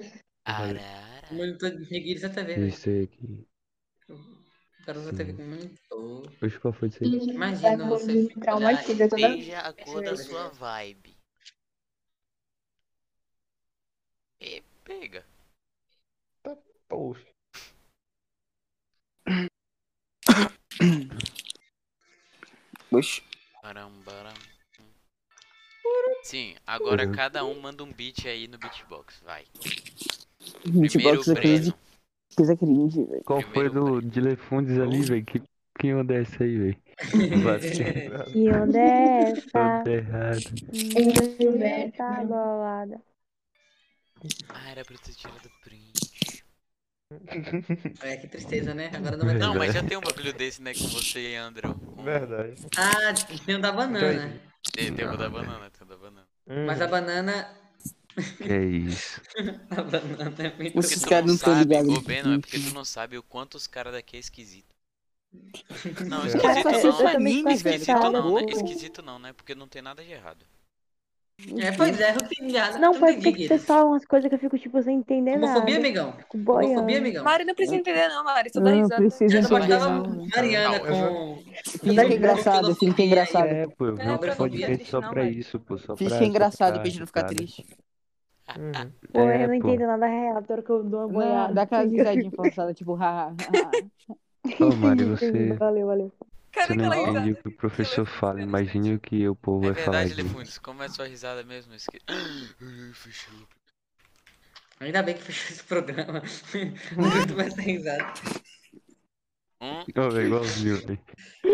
S4: Arara.
S1: Um monitor de guilhas até TV, velho.
S2: Isso aí aqui.
S1: né? O cara usa TV com monitor.
S2: Hoje qual foi isso aí?
S1: Imagina você ficar
S7: Traumatida toda vez.
S4: Veja a cor
S1: é
S4: da sua vibe. E pega.
S8: Poxa.
S3: Oxi.
S4: Baram, baram. Sim, agora
S2: Uhum.
S4: cada um manda um beat aí no beatbox, vai. Primeiro
S3: Beatbox é coisa de
S4: Breno.
S3: coisa cringe, velho.
S2: Qual foi do de Lefundes ali, velho? Que, que onda é essa aí, velho? Vacina.
S5: Que onda é
S2: Tá
S5: essa? Hum,
S2: errado.
S3: é
S5: Menina
S3: né?
S5: tá bolada.
S4: Ah, era pra ter tirado o print.
S1: É, que tristeza, né? Agora não vai dar.
S4: Não, mas já tem um bagulho desse, né, com você e Andrew. Com-
S8: Verdade. Então é
S1: Ah, tem o da
S4: né?
S1: banana.
S4: Tem, tem o da banana, tem o da banana.
S8: Hum,
S1: Mas a banana.
S2: Que é isso?
S1: A banana é muito.
S3: Os
S4: Porque tu
S3: caras
S4: não
S3: não tão
S4: sabe,
S3: ligados.
S4: ô Breno, é porque tu não sabe o quanto os caras daqui é esquisito.
S3: É.
S4: Não,
S8: Cara,
S4: esquisito
S5: mas eu
S4: não,
S5: também
S4: né?
S5: tô
S4: Esquisito
S5: assustada,
S4: não, né?
S5: louco.
S4: Esquisito não, né? Porque não tem nada de errado.
S1: É, pois é, não tem nada.
S5: Não, pode
S1: tem
S5: ter que ser
S1: guilhas.
S5: só umas coisas que eu fico, tipo, sem entender nada.
S1: Homofobia, amigão.
S5: Fico
S1: Homofobia,
S5: boiando.
S1: amigão.
S6: Mari não precisa entender, não, Mari. Só dá
S3: Não,
S6: tá risada.
S3: precisa
S1: Eu só
S3: entender.
S1: gostava Mariana com.
S3: Finge que é engraçado, finge que é engraçado.
S2: É, pô, eu vi um
S1: pra não
S2: podcast
S6: ficar
S2: só
S6: triste,
S2: pra
S6: não,
S2: isso, pô. Só
S3: Finge
S2: pra
S3: que é engraçado
S2: só
S3: pra gente não ficar
S2: sabe?
S3: triste.
S8: uhum.
S5: Pô,
S2: É,
S5: eu não
S2: pô.
S5: entendo nada real, toda hora que eu dou uma
S3: Não,
S5: boiada.
S3: dá aquela risadinha forçada, tipo, haha.
S2: Ô, Mari, você,
S5: Valeu, valeu.
S6: Cara,
S2: você não
S6: aquela
S2: entende
S6: risada.
S2: o que o professor fala. Imagine o que o povo
S4: É
S2: vai falar
S4: verdade,
S2: disso.
S4: Lefundes, como é sua risada mesmo? Esque... Fechou.
S1: Ainda bem que fechou esse programa. Muito mais risada.
S4: Hum,
S2: Ô, velho, igualzinho, velho.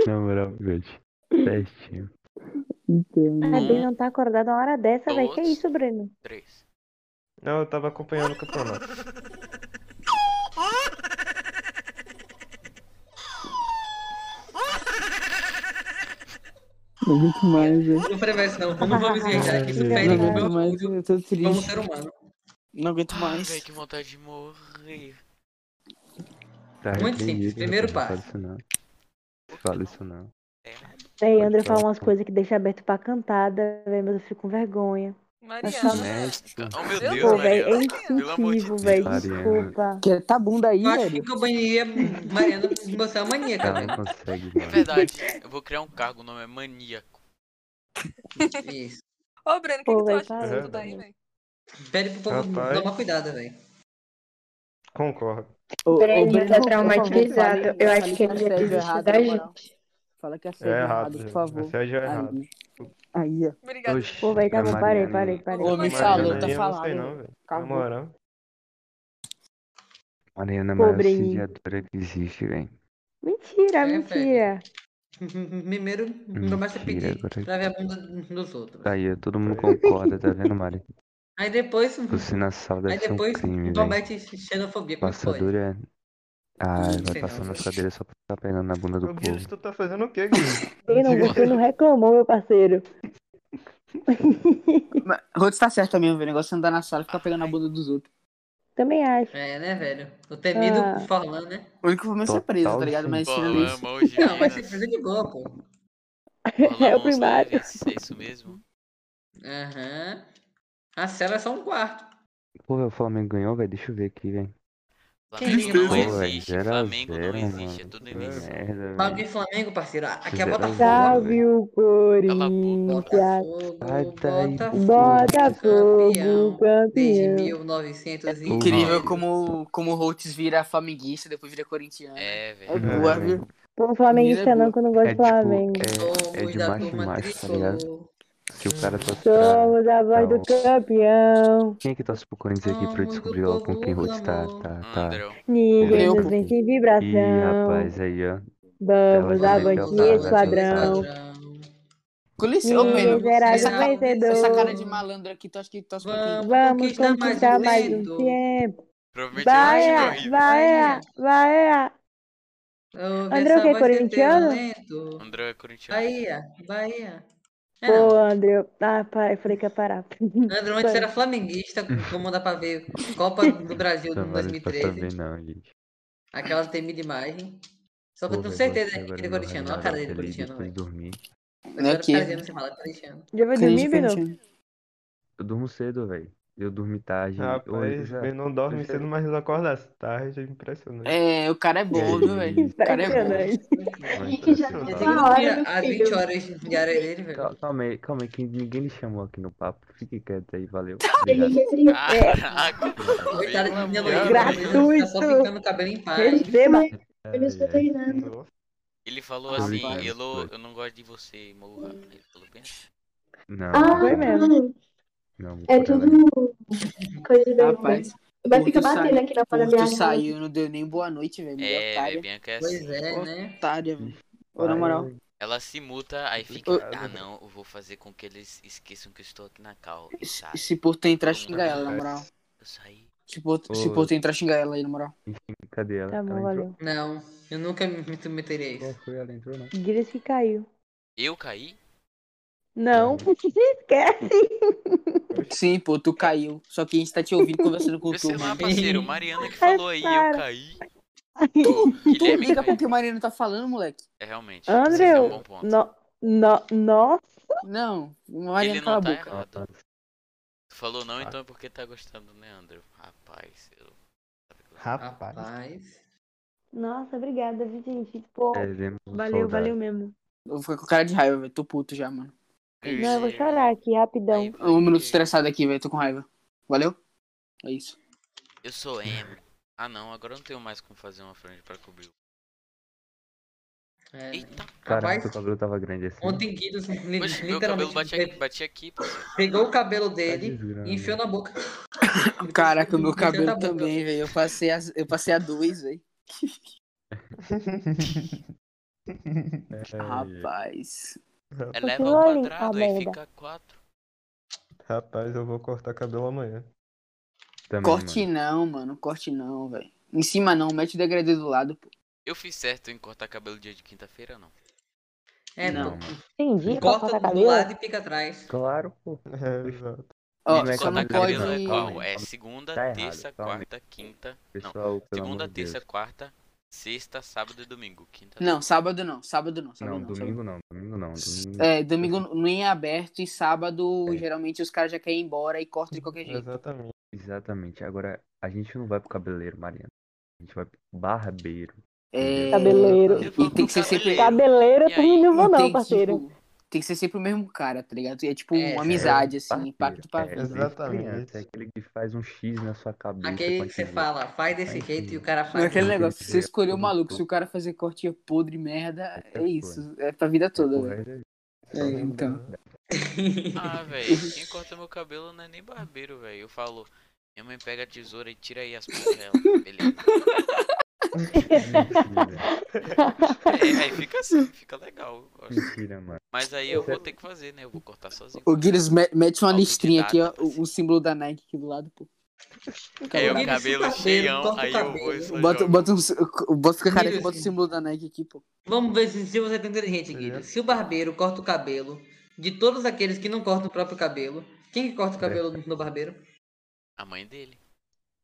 S2: Na moral, velho. Certinho.
S5: Ah, Breno tá acordado uma hora dessa, velho. Que é
S4: Nossa.
S5: isso, Breno?
S4: três.
S8: Não, eu tava acompanhando o campeonato.
S3: Não aguento mais, velho.
S1: Não preveste, não. Eu não vou me esquentar aqui. Isso fere
S3: Não
S1: com o
S3: aguento
S1: meu
S3: mais,
S1: orgulho
S3: eu tô
S1: como
S3: triste.
S1: ser humano.
S3: Não aguento
S4: Ai,
S3: mais.
S4: velho, que vontade de morrer.
S2: Tá,
S1: Muito simples,
S2: entendi, rapaz,
S1: primeiro
S2: não fala
S1: passo.
S2: isso não. Fala isso não.
S5: Véi,
S2: Pode
S5: André
S2: falar.
S5: fala umas coisas que deixa aberto pra cantada, velho, mas eu fico com vergonha.
S6: Mariana.
S2: Honesto.
S4: Oh, meu
S6: Meu
S4: Deus,
S5: Pô,
S6: Deus,
S5: velho, é
S4: Mariana.
S5: impossível,
S4: Pelo amor de
S5: velho.
S2: Deus.
S5: Desculpa.
S3: Que tá bunda aí,
S1: Eu acho que
S3: velho.
S1: companhia Mariana você é uma maníaca.
S2: Ela
S1: né?
S2: não consegue,
S4: É
S2: mano.
S4: verdade. Eu vou criar um cargo, o nome é maníaco.
S1: Isso.
S6: Ô, Breno, o que,
S5: Pô,
S6: que tu
S5: véi,
S6: acha
S5: tá
S6: disso tudo aí,
S5: louco.
S6: velho?
S1: Pede pro povo
S8: Rapaz.
S1: tomar cuidado, velho.
S8: Concordo.
S3: Ô, ô,
S7: Breno tá
S3: por favor,
S7: traumatizado.
S3: fale-
S7: Eu
S3: fale
S7: acho que
S3: a
S7: ele já
S3: Sérgio
S7: desistiu
S3: errado,
S7: da
S3: na moral.
S7: gente.
S3: Fala que é
S8: É
S3: Sérgio
S8: errado.
S3: errado, por favor.
S8: Esse é já errado.
S3: Aí. Aí, ó.
S6: Obrigada.
S2: Oxi,
S5: Pô, velho, tá
S2: a
S5: bom, parei,
S2: Mariana-
S5: parei, parei.
S3: Ô, me
S6: Mas
S3: falou,
S8: Mas
S3: tá
S8: aí eu não sei
S3: falando.
S8: não, velho. Na
S3: Acabou.
S8: moral.
S2: Mariana é a maior
S5: Pobre aí.
S2: sediadora que existe, velho.
S5: Mentira,
S1: É,
S5: mentira.
S1: Primeiro, não basta
S2: Mentira,
S1: pedir
S2: agora- é
S1: pra ver a bunda dos outros.
S2: Tá aí, ó, todo mundo concorda, tá vendo, Mari?
S1: Aí depois,
S2: Você sala
S1: aí
S2: deve ser um
S1: depois
S2: crime, velho.
S1: comete xenofobia porque pode.
S2: Passador é. Ah,
S1: Não sei
S2: vai
S1: não,
S2: passando as
S1: velho.
S2: cadeiras só pra ficar pegando na bunda do
S8: Ô, Guilherme,
S2: povo.
S8: tu tá fazendo o quê, Guilherme?
S5: Quem não gostou não reclamou, meu parceiro.
S3: Mas Rhodes tá certo mesmo, velho. O negócio é andar na sala e ficar pegando a bunda dos outros.
S5: Também acho.
S1: É, né, velho? O temido
S5: Ah.
S1: Forlan, né?
S3: O único problema é ser
S2: Total
S3: preso, tá ligado? Mas
S4: Pô,
S3: tirando isso.
S4: lama hoje.
S1: Não, mas você precisa de boa, pô.
S5: É o primário.
S4: É isso mesmo?
S1: Aham. A cela é só um quarto.
S2: Pô, velho, o Flamengo ganhou, velho. Deixa eu ver aqui, velho.
S4: Flamengo
S1: Pô,
S4: não
S2: velho,
S4: existe.
S2: zero a
S4: Flamengo não
S2: zero,
S4: existe. É
S2: mano.
S4: tudo
S2: Que
S4: invenção.
S2: Merda,
S1: Fala
S2: velho.
S1: de Flamengo, parceiro. Aqui é
S2: Zero a
S1: Botafogo.
S2: zero.
S5: Salve o
S4: Cala a
S2: Vai,
S5: Corinthians.
S1: Botafogo,
S2: tá aí,
S1: Botafogo.
S5: Botafogo,
S1: Campeão. Desde
S5: campeão.
S1: 1900 e...
S2: É
S3: Incrível como, como o Holtz vira flamenguista, depois vira corintiano.
S4: É,
S3: É
S4: velho.
S3: boa,
S2: É.
S3: viu?
S5: Pô, flamenguista
S3: Mineiro é
S5: não, que eu não gosto
S2: É
S5: de Flamengo.
S2: tipo, é, é
S1: Somos
S2: de
S1: da
S2: macho em
S1: turma
S2: macho, tá ligado?
S1: tricolor.
S2: Que o cara torce pra...
S5: Somos a voz do
S2: Então-
S5: campeão.
S2: Quem é que torce pro Corinthians aqui pra eu
S1: Somos do
S2: descobrir logo com quem
S1: povo do
S2: Rhodes tá,
S1: amor.
S2: tá, tá.
S4: Andrão.
S5: Ninguém
S3: Eu-
S5: nos vence em
S2: Ih,
S5: vibração.
S2: rapaz, aí, ó.
S5: Vamos
S2: Ela
S1: Somos
S2: já
S5: avante,
S2: deu
S1: do
S5: esquadrão.
S1: esquadrão.
S3: Com licença, ô,
S5: Ninguém
S3: Breno.
S5: será
S3: Essa,
S1: Será?
S3: essa
S5: vencedor.
S3: cara de malandro aqui, tu acha que tu acha que
S1: Vamos,
S5: Vamos conquistar mais um
S1: lindo.
S5: tempo. ah,
S4: Provavelmente é
S5: Vai, ah.
S4: o
S5: vai, vai, vai.
S1: Ô,
S5: André, o quê? Corintiano?
S1: lento.
S4: André é corintiano.
S1: Bahia, Bahia. É, não.
S5: Pô, André. eu- Ah, para, eu falei que ia parar.
S1: André antes era flamenguista, como dá pra ver, Copa do Brasil de
S2: Não vale pra
S1: 2013.
S2: também não, gente.
S1: Aquela temida imagem. Só que eu
S2: Pô,
S1: tenho
S2: velho,
S1: certeza
S2: você
S1: que
S2: agora
S1: ele é
S2: não vai
S1: corintiano.
S2: dar
S1: Olha a cara dele
S2: feliz
S1: corintiano,
S2: depois
S1: velho.
S2: de dormir.
S1: Agora
S3: Aqui.
S1: tá dizendo, você fala corintiano.
S5: Já vai
S3: Cringe,
S5: dormir, Bino?
S3: cringe.
S2: Eu durmo cedo, velho. Eu dormi tarde.
S8: é
S2: hoje eu
S8: Rapaz,
S2: já-
S8: ele não dorme
S2: Deixa
S8: cedo,
S2: eu-
S8: mas ele acorda às tarde, é impressionante.
S3: É, o cara é bom, viu, velho? O cara é bom.
S5: Impressionante.
S2: Mas
S7: que já
S2: tá
S1: Ele tem
S2: certo.
S7: Uma
S1: que dormir
S7: hora, meu
S1: às
S7: filho.
S1: 20 horas diárias dele, velho.
S2: Cal- Tá, Calma aí, calma aí, que ninguém lhe chamou aqui no papo. Fique quieto aí, valeu.
S7: Ele
S2: Obrigado.
S7: recebeu.
S5: é.
S4: Caraca!
S1: Coitada de minha
S4: Pelo amor de
S1: loira,
S4: Deus.
S5: Gratuito.
S1: ele tá só ficando o cabelo em paz.
S5: Receba.
S7: Ele
S2: Ai,
S7: está
S2: ai.
S7: treinando.
S8: Nossa,
S4: Ele falou
S2: Rapaz.
S4: assim, eu, não- eu não gosto de você, morra. Ele falou bem assim.
S2: Não,
S7: Ah,
S5: Foi mesmo.
S7: não.
S2: não,
S7: É
S2: cara,
S7: tudo coisa da
S3: Rapaz,
S7: Vai ficar
S3: Porto
S7: batendo
S3: saiu.
S7: aqui na porta da minha
S3: Porto
S7: casa.
S3: saiu, não deu nem boa noite, velho. É,
S4: É,
S3: otária.
S4: velho, Bianca é
S1: Pois
S4: assim.
S1: é, né?
S3: Otária, velho. Ô, na moral.
S4: Ela se muta, aí fica.
S8: Eu-
S4: Ah, não, eu vou fazer com que eles esqueçam que eu estou aqui na cal. E
S3: Se
S4: sabe,
S3: se Porto entrar, xinga ela, na moral.
S4: eu saí.
S3: Se Porto, se
S2: Ô.
S3: Porto entrar, xinga ela aí, na moral.
S2: Cadê ela?
S5: Tá bom,
S2: ela entrou?
S5: valeu.
S1: Não, eu nunca me me meteria a
S2: Qual
S1: isso.
S2: foi? Ela entrou, não?
S5: Diz que caiu.
S4: Eu caí?
S5: Não, esquece.
S3: Sim, pô, tu caiu. Só que a gente tá te ouvindo conversando com
S4: Eu
S3: tu,
S4: sei lá,
S3: mano.
S4: parceiro, Mariana que falou aí, eu
S5: Para.
S4: caí.
S5: Tu
S3: Tu
S4: Ô, Guilherme,
S3: liga pro
S4: caiu.
S3: que o Marino tá falando, moleque.
S4: é realmente.
S5: André,
S4: vocês
S5: eu-
S4: dão um bom ponto.
S5: No, no, nossa.
S3: Não, o
S4: Ele
S3: Marino
S4: não
S3: cala a
S4: tá
S3: boca.
S4: errado. Tu falou não,
S8: Ah.
S4: então é porque tá gostando, né, André? Rapaz, eu.
S8: Rapaz.
S1: Rapaz.
S5: Nossa, obrigada, viu, gente. Pô,
S2: Perdemos um
S5: valeu,
S2: soldado.
S5: valeu mesmo.
S3: Eu fico com cara de raiva, velho. Tô puto já, mano.
S5: Não, eu vou chorar então. aqui, rapidão.
S4: Aí,
S3: Um minuto
S4: porque
S3: estressado aqui, velho. Tô com raiva. Valeu? É isso.
S4: Eu sou emo. Ah, não, agora eu não tenho mais como fazer uma franja pra cobrir. o-
S1: É.
S4: Eita,
S2: Caraca,
S1: Rapaz.
S2: teu cabelo tava grande assim.
S1: Ontem Guido li-
S4: poxa, meu cabelo
S1: literalmente
S4: bate aqui, bate aqui, pô.
S1: pegou o cabelo
S2: Tá
S1: dele
S2: desgrama.
S1: e enfiou na boca.
S3: Caraca, o
S1: Ele
S3: meu
S1: enfiou na
S3: cabelo
S1: boca.
S3: também, velho. Eu passei a, eu passei a dois, velho.
S2: É,
S3: Rapaz.
S4: Eleva
S5: Continua
S4: É ao
S5: ali,
S4: quadrado,
S5: a
S4: aí
S5: merda.
S4: fica quatro.
S8: Rapaz, eu vou cortar cabelo amanhã.
S2: também,
S3: Corte né,
S2: mano.
S3: não, mano. Corte não, velho. Em cima não, mete o degradê do lado, pô.
S4: Eu fiz certo em cortar cabelo dia de quinta-feira, não.
S1: É, não.
S2: Não, mano.
S5: Entendi, pra
S1: Corta
S5: cortar
S1: do
S5: cabelo.
S1: lado e pica atrás.
S2: Claro, pô.
S8: É, exato.
S3: Ó,
S2: Não é
S3: só não
S4: cortar
S3: pode.
S4: cabelo é qual? É segunda,
S2: Tá errado,
S4: terça,
S2: calma aí.
S4: quarta, quinta. Não,
S2: Pessoal, pelo amor
S4: segunda,
S2: de Deus.
S4: terça, quarta, sexta, sábado e domingo. Quinta.
S3: Não, sábado não. Sábado não. Sábado
S2: Não,
S3: não, sábado
S2: domingo não, domingo não. Domingo...
S3: É, domingo não é aberto e sábado,
S2: É.
S3: geralmente, os caras já querem ir embora e cortam de qualquer jeito.
S8: Exatamente.
S2: Exatamente. Agora, a gente não vai pro cabeleireiro, Mariana. A gente vai pro barbeiro.
S3: É...
S5: Cabeleiro.
S3: E tem que ser sempre.
S4: Cabeleiro.
S5: Cabeleiro,
S4: E
S5: Tá, eu
S4: aí?
S5: também não vou
S3: tem
S5: não,
S3: que,
S5: parceiro.
S3: tipo, tem que ser sempre o mesmo cara, tá ligado? É tipo
S1: É,
S3: uma
S1: é,
S3: amizade, assim,
S2: Barbeiro,
S3: impacto pra
S2: é,
S3: vida.
S2: desde
S8: Exatamente.
S2: criança, É aquele que faz um X na sua cabeça.
S1: Aquele
S2: pra
S1: que você
S2: te ver.
S1: fala, faz desse
S2: Tá
S1: jeito e o
S2: entendido.
S1: cara
S3: Não é
S1: faz. assim.
S3: aquele
S2: Sim,
S3: negócio,
S2: sim,
S3: você
S2: é,
S3: escolher o
S2: tudo
S3: maluco,
S2: bom.
S3: se o cara fazer cortinha podre, merda, é
S2: Outra
S3: isso. É pra vida toda,
S1: né?
S3: velho.
S2: Porra,
S3: É, então.
S4: Ah, velho, quem corta meu cabelo não é nem barbeiro, velho. Eu falo, minha mãe pega a tesoura e tira aí as pontas dela. Beleza.
S2: Mentira,
S4: É, aí fica assim, fica legal. eu gosto.
S2: mentira, mano.
S4: Mas aí eu vou ter que fazer, né? Eu vou cortar sozinho.
S3: O Guinness me- mete uma
S4: Alguém
S3: listrinha
S4: dá,
S3: aqui, ó,
S4: tá
S3: o, o símbolo da Nike aqui do lado, pô.
S4: É,
S1: Guinness
S4: o cabelo
S1: cabelo,
S4: cheião,
S1: corta o
S4: aí eu vou e
S1: cabelo.
S4: só
S3: Bota,
S4: jogo.
S3: bota um, s- bota, fica careca,
S1: Guinness.
S3: bota o símbolo da Nike aqui, pô.
S1: Vamos ver se, se você tá tem inteligente, Guido. Se o barbeiro corta o cabelo de todos aqueles que não cortam o próprio cabelo, quem que corta o cabelo no barbeiro?
S4: A mãe dele.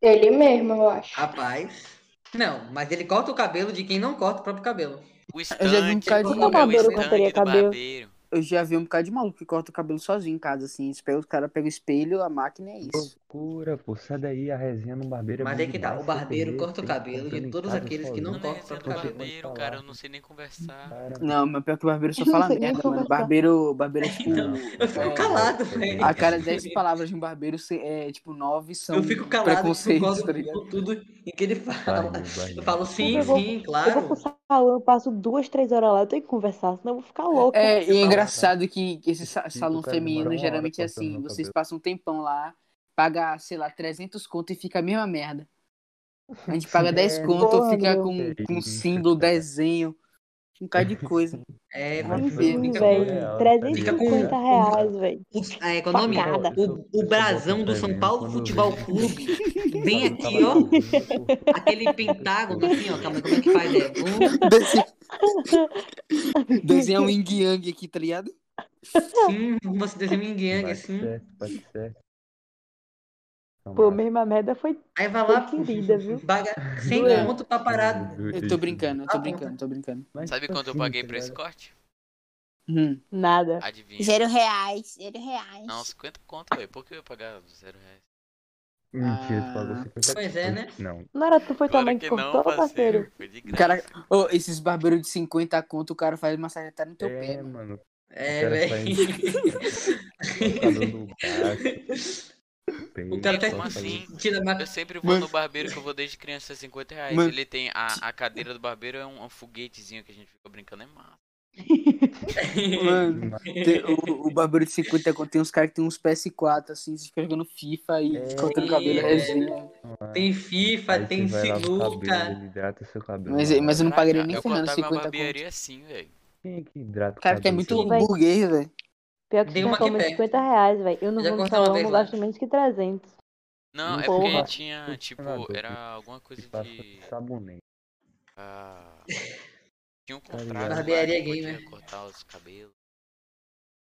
S7: Ele mesmo, eu acho.
S1: Rapaz. Não, mas ele corta o cabelo de quem não corta o próprio cabelo.
S3: vi
S4: O
S3: um
S4: estante,
S3: bocado de- Por que
S4: como
S3: o
S4: é o
S5: barbeiro cortaria
S4: estante do
S5: cabelo?
S4: barbeiro.
S3: Eu já vi um bocado de maluco que corta o cabelo sozinho em casa, assim. Espelho, o cara pega o espelho, a máquina é isso.
S2: Loucura, pô. Sai daí, a resenha no barbeiro é
S1: Mas
S2: bom
S1: é que tá,
S2: demais,
S1: o
S2: você
S1: barbeiro
S2: vê,
S1: corta o
S2: tem
S1: cabelo de
S2: cabelo em
S1: todos
S2: casa
S1: aqueles que não
S4: Não,
S2: sozinho,
S4: não é
S1: corta o
S4: esse
S1: próprio cabelo.
S2: você pode
S4: do barbeiro,
S2: falar.
S4: cara. Eu não sei nem conversar.
S2: Cara,
S3: Não, mas pior que o barbeiro só
S7: Eu não
S3: fala
S7: sei nem
S3: merda, mano.
S7: conversar.
S3: Barbeiro, barbeiro é tipo.
S2: Não,
S1: Eu fico
S3: é,
S1: calado, velho.
S3: A cada 10 palavras de um barbeiro, cê- é tipo 9 são
S1: Eu fico calado porque eu
S3: preconceitos,
S1: gosto
S3: tá ligado?
S1: de tudo em que ele fala.
S2: Barbeiro, barbeiro.
S1: Eu falo sim,
S5: Eu vou-
S1: sim,
S5: Eu
S1: claro.
S5: vou pro salão, eu passo duas, três horas lá, eu tenho que conversar, senão eu vou ficar louca.
S3: É, e é
S2: Não,
S3: engraçado que que esse sa-
S2: Esse
S3: salão
S2: cara demora uma
S3: feminino
S2: hora
S3: geralmente é
S2: cortando
S3: assim.
S2: meu
S3: Vocês
S2: cabelo.
S3: passam um tempão lá, paga, sei lá, 300 conto e fica a mesma merda. A gente paga 10
S2: É,
S3: conto,
S5: porra,
S3: fica
S5: meu.
S3: com,
S2: É
S3: com
S2: isso,
S3: símbolo,
S2: cara.
S3: desenho. Um cara de coisa.
S1: É,
S2: Mas
S1: mas
S3: sim,
S1: fica-
S5: um velho.
S2: real, tá
S1: Fica com-
S5: 350 reais, velho.
S1: o- é, qual é o nome?
S5: Facada.
S1: O, o brasão do São Paulo Futebol Clube. Bem aqui, ó. Aquele pentágono, assim, ó. Calma, aí, como é que faz? É um,
S3: Desenha... Desenhar um yin yang aqui, tá ligado?
S1: sim, você desenha um yin-yang, assim.
S2: Pode ser. Então,
S5: Pô, mesma merda foi
S1: Aí vai lá,
S5: Foi querida, viu?
S1: paga 100
S3: Doeu.
S1: conto pra
S2: Hum,
S1: parar.
S3: Eu tô brincando, eu
S5: Ah,
S3: tô
S5: tá.
S3: brincando, tô brincando.
S4: Sabe
S2: tá
S4: quanto
S2: assim,
S4: eu paguei pra esse corte?
S3: Hum.
S5: nada.
S4: Adivinha.
S9: Zero reais, zero reais.
S4: Não, 50 conto, velho. Por que eu ia pagar zero reais?
S2: Mentira,
S3: Ah.
S2: tu pagou 50
S1: Pois é, né?
S2: Não.
S5: Não era tu foi tua
S4: Claro
S5: mãe que
S4: que
S5: cortou,
S4: não,
S5: parceiro?
S4: parceiro. Foi de graça.
S3: Cara, ô, esses barbeiros de 50 conto, o cara faz massagem até no teu pé,
S2: É,
S3: mano.
S2: mano.
S1: É,
S2: cara
S1: velho. O cara tá
S4: Como assim?
S1: Tira
S4: Eu
S1: mata.
S4: sempre vou
S3: Mano.
S4: no barbeiro que eu vou desde criança, 50 reais.
S3: Mano.
S4: Ele tem a, a cadeira do barbeiro, é um, um foguetezinho que a gente fica brincando, é massa.
S3: Mano, tem- o, o barbeiro de 50 conto tem uns caras que tem uns PS4, assim, se fica jogando FIFA e
S2: É.
S3: cortando o cabelo,
S1: É.
S3: resenha.
S1: Tem FIFA, tem sinuca.
S2: Ele hidrata seu cabelo.
S3: Mas, é, mas eu não pagaria nem
S4: eu
S3: ferrando
S4: cortava uma
S3: 50 conto.
S4: barbearia assim, velho.
S2: Quem é que hidrata o
S3: Cara, tu é
S2: cabelo?
S3: muito
S5: Sim, vai.
S3: burguês, velho.
S5: Pior que
S1: Dei
S5: você
S1: uma
S5: toma
S1: que pega.
S5: 50 reais, velho. Eu não
S1: Já
S5: vou no
S1: cortei uma
S5: salão,
S1: vez
S5: não
S1: lá.
S5: gasto menos que 300.
S4: Não, é
S5: Porra.
S4: porque tinha, tipo,
S2: Funcionador,
S4: era alguma coisa
S2: Que passa
S4: de.
S2: sabonete.
S4: ah, tinha um
S2: Tá ligado.
S4: contrato. lá
S1: Barbearia
S4: que
S1: gay,
S4: podia
S1: né?
S4: cortar os cabelos.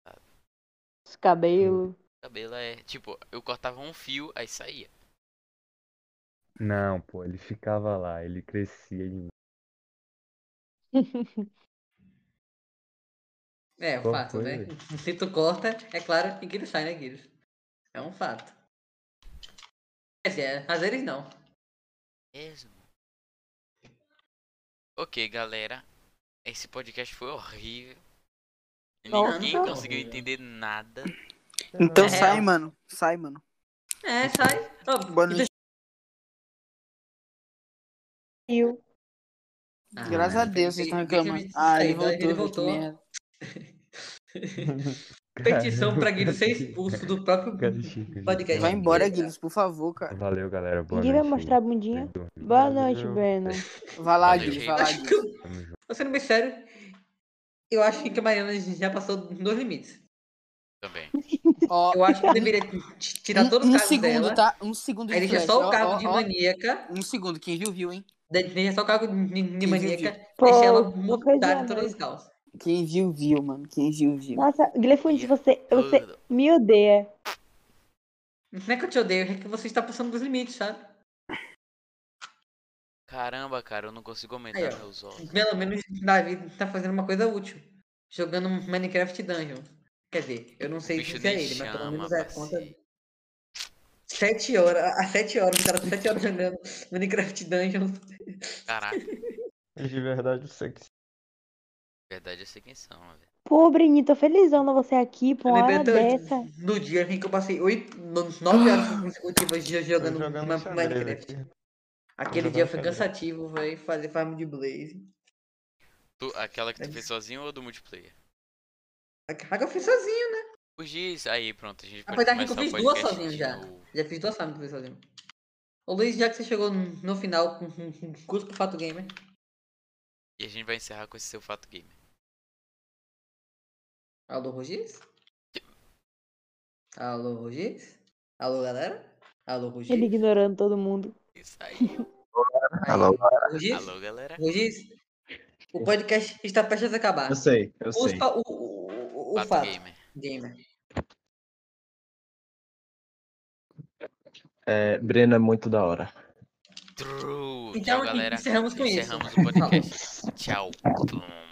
S5: Os
S1: Hum.
S5: cabelos.
S4: Cabelo é. Tipo, eu cortava um fio, aí saía.
S2: Não, pô, ele ficava lá, ele crescia de
S1: É, um
S2: Qual
S1: fato,
S2: foi,
S1: né?
S2: velho?
S1: Se tu corta, é claro que ele sai, né, Guilherme? É um fato. Quer dizer, às vezes não.
S4: Mesmo. Ok, galera. Esse podcast foi horrível.
S5: Nossa.
S4: Ninguém conseguiu entender nada.
S3: Então
S1: É.
S3: sai, mano. Sai, mano.
S1: É, sai. Ó,
S3: Boa noite.
S5: E o
S1: Ah,
S3: Graças a Deus, vocês
S1: tem- tem
S3: estão
S1: que me
S3: reclamando. Ah, ele
S1: sair,
S3: voltou,
S1: Ele
S3: velho, que
S1: voltou.
S3: merda.
S1: Petição pra Guilherme ser
S2: Caramba.
S1: expulso do próprio podcast.
S3: Vai embora, Guilherme, por favor, cara.
S2: Valeu, galera. Boa
S5: Ninguém vai
S2: noite.
S5: mostrar a bundinha.
S2: Vocês dormem.
S5: Boa noite,
S2: Valeu.
S5: Breno.
S3: Vai lá,
S4: Valeu,
S3: Guilherme,
S4: gente.
S3: vai lá,
S1: Acho
S3: Guilherme.
S1: que,
S2: Tamo junto.
S1: eu- sendo bem sério, eu acho que a Mariana já passou dos limites.
S4: Também.
S3: Ó,
S1: Eu acho que eu deveria t- tirar todos
S3: um,
S1: os
S3: um
S1: casos
S3: segundo,
S1: dela.
S3: tá? Um segundo de
S1: Aí deixa
S3: flash,
S1: só
S3: ó,
S1: o cargo
S3: ó,
S1: de
S3: ó.
S1: maníaca.
S3: Um segundo, quem viu, viu, hein?
S1: de- Deixa só o cargo de, de
S3: viu,
S1: maníaca.
S5: Pô,
S1: deixa ela
S5: uma
S1: mutada
S5: coisinha
S1: em todas as
S5: mesmo.
S1: causas.
S3: Quem viu, viu, mano. Quem viu, viu.
S5: Nossa, Glefunde, você, você
S4: Tudo.
S5: me odeia.
S1: Não é que eu te odeio, é que você está passando dos limites, sabe?
S4: Caramba, cara, eu não consigo aumentar
S1: Aí, ó.
S4: meus olhos.
S1: Pelo menos Davi tá fazendo uma coisa útil. Jogando Minecraft Dungeon. Quer dizer, eu não sei
S4: bicho
S1: se é
S4: nem
S1: ele, mas pelo
S4: chama,
S1: menos é a conta.
S4: parceiro.
S1: Sete horas, às sete horas, o cara tá sete horas jogando Minecraft Dungeon.
S4: Caraca,
S8: É De verdade, você que
S4: na verdade eu sei quem são, velho.
S5: Pô, Breninho, tô felizona você aqui, pô,
S1: Eu
S5: uma
S1: lembrei
S5: hora
S1: até hoje,
S5: dessa.
S1: Né, no dia em que eu passei oito, no- nove horas consecutivas de- jogando,
S8: tá
S1: ma- Minecraft. Aquele
S8: jogando
S1: dia foi
S8: xadrez.
S1: cansativo, velho, fazer farm de Blaze.
S4: Tu- aquela que tu fez sozinho ou do multiplayer?
S1: Agora eu fiz sozinho, né?
S4: O Giz, aí pronto, a gente pode
S1: Apesar que eu
S4: começar o
S1: fiz duas
S4: podcast
S1: sozinho
S4: de
S1: já.
S4: novo.
S1: Já fiz duas farms de Blaze sozinho. Ô Luiz, já que você chegou no no final com com- com o curso do Fato Gamer,
S4: E a gente vai encerrar com esse seu fato game.
S1: alô Rugis? Alô Rugis? Alô galera? Alô Rugis?
S5: Ele ignorando todo mundo.
S4: Isso aí.
S1: Aí,
S10: Alô.
S1: Rugis?
S4: Alô, galera.
S1: Rugis? O podcast está prestes a acabar.
S10: Eu sei, eu sei.
S1: Cuspa o, o, o, o
S4: Fato
S1: fato.
S4: gamer.
S1: Gamer.
S10: É, Breno é muito da hora.
S1: Então,
S4: True.
S1: assim,
S4: Tchau, galera.
S1: encerramos com isso.
S4: Encerramos o podcast. Tchau. Tum.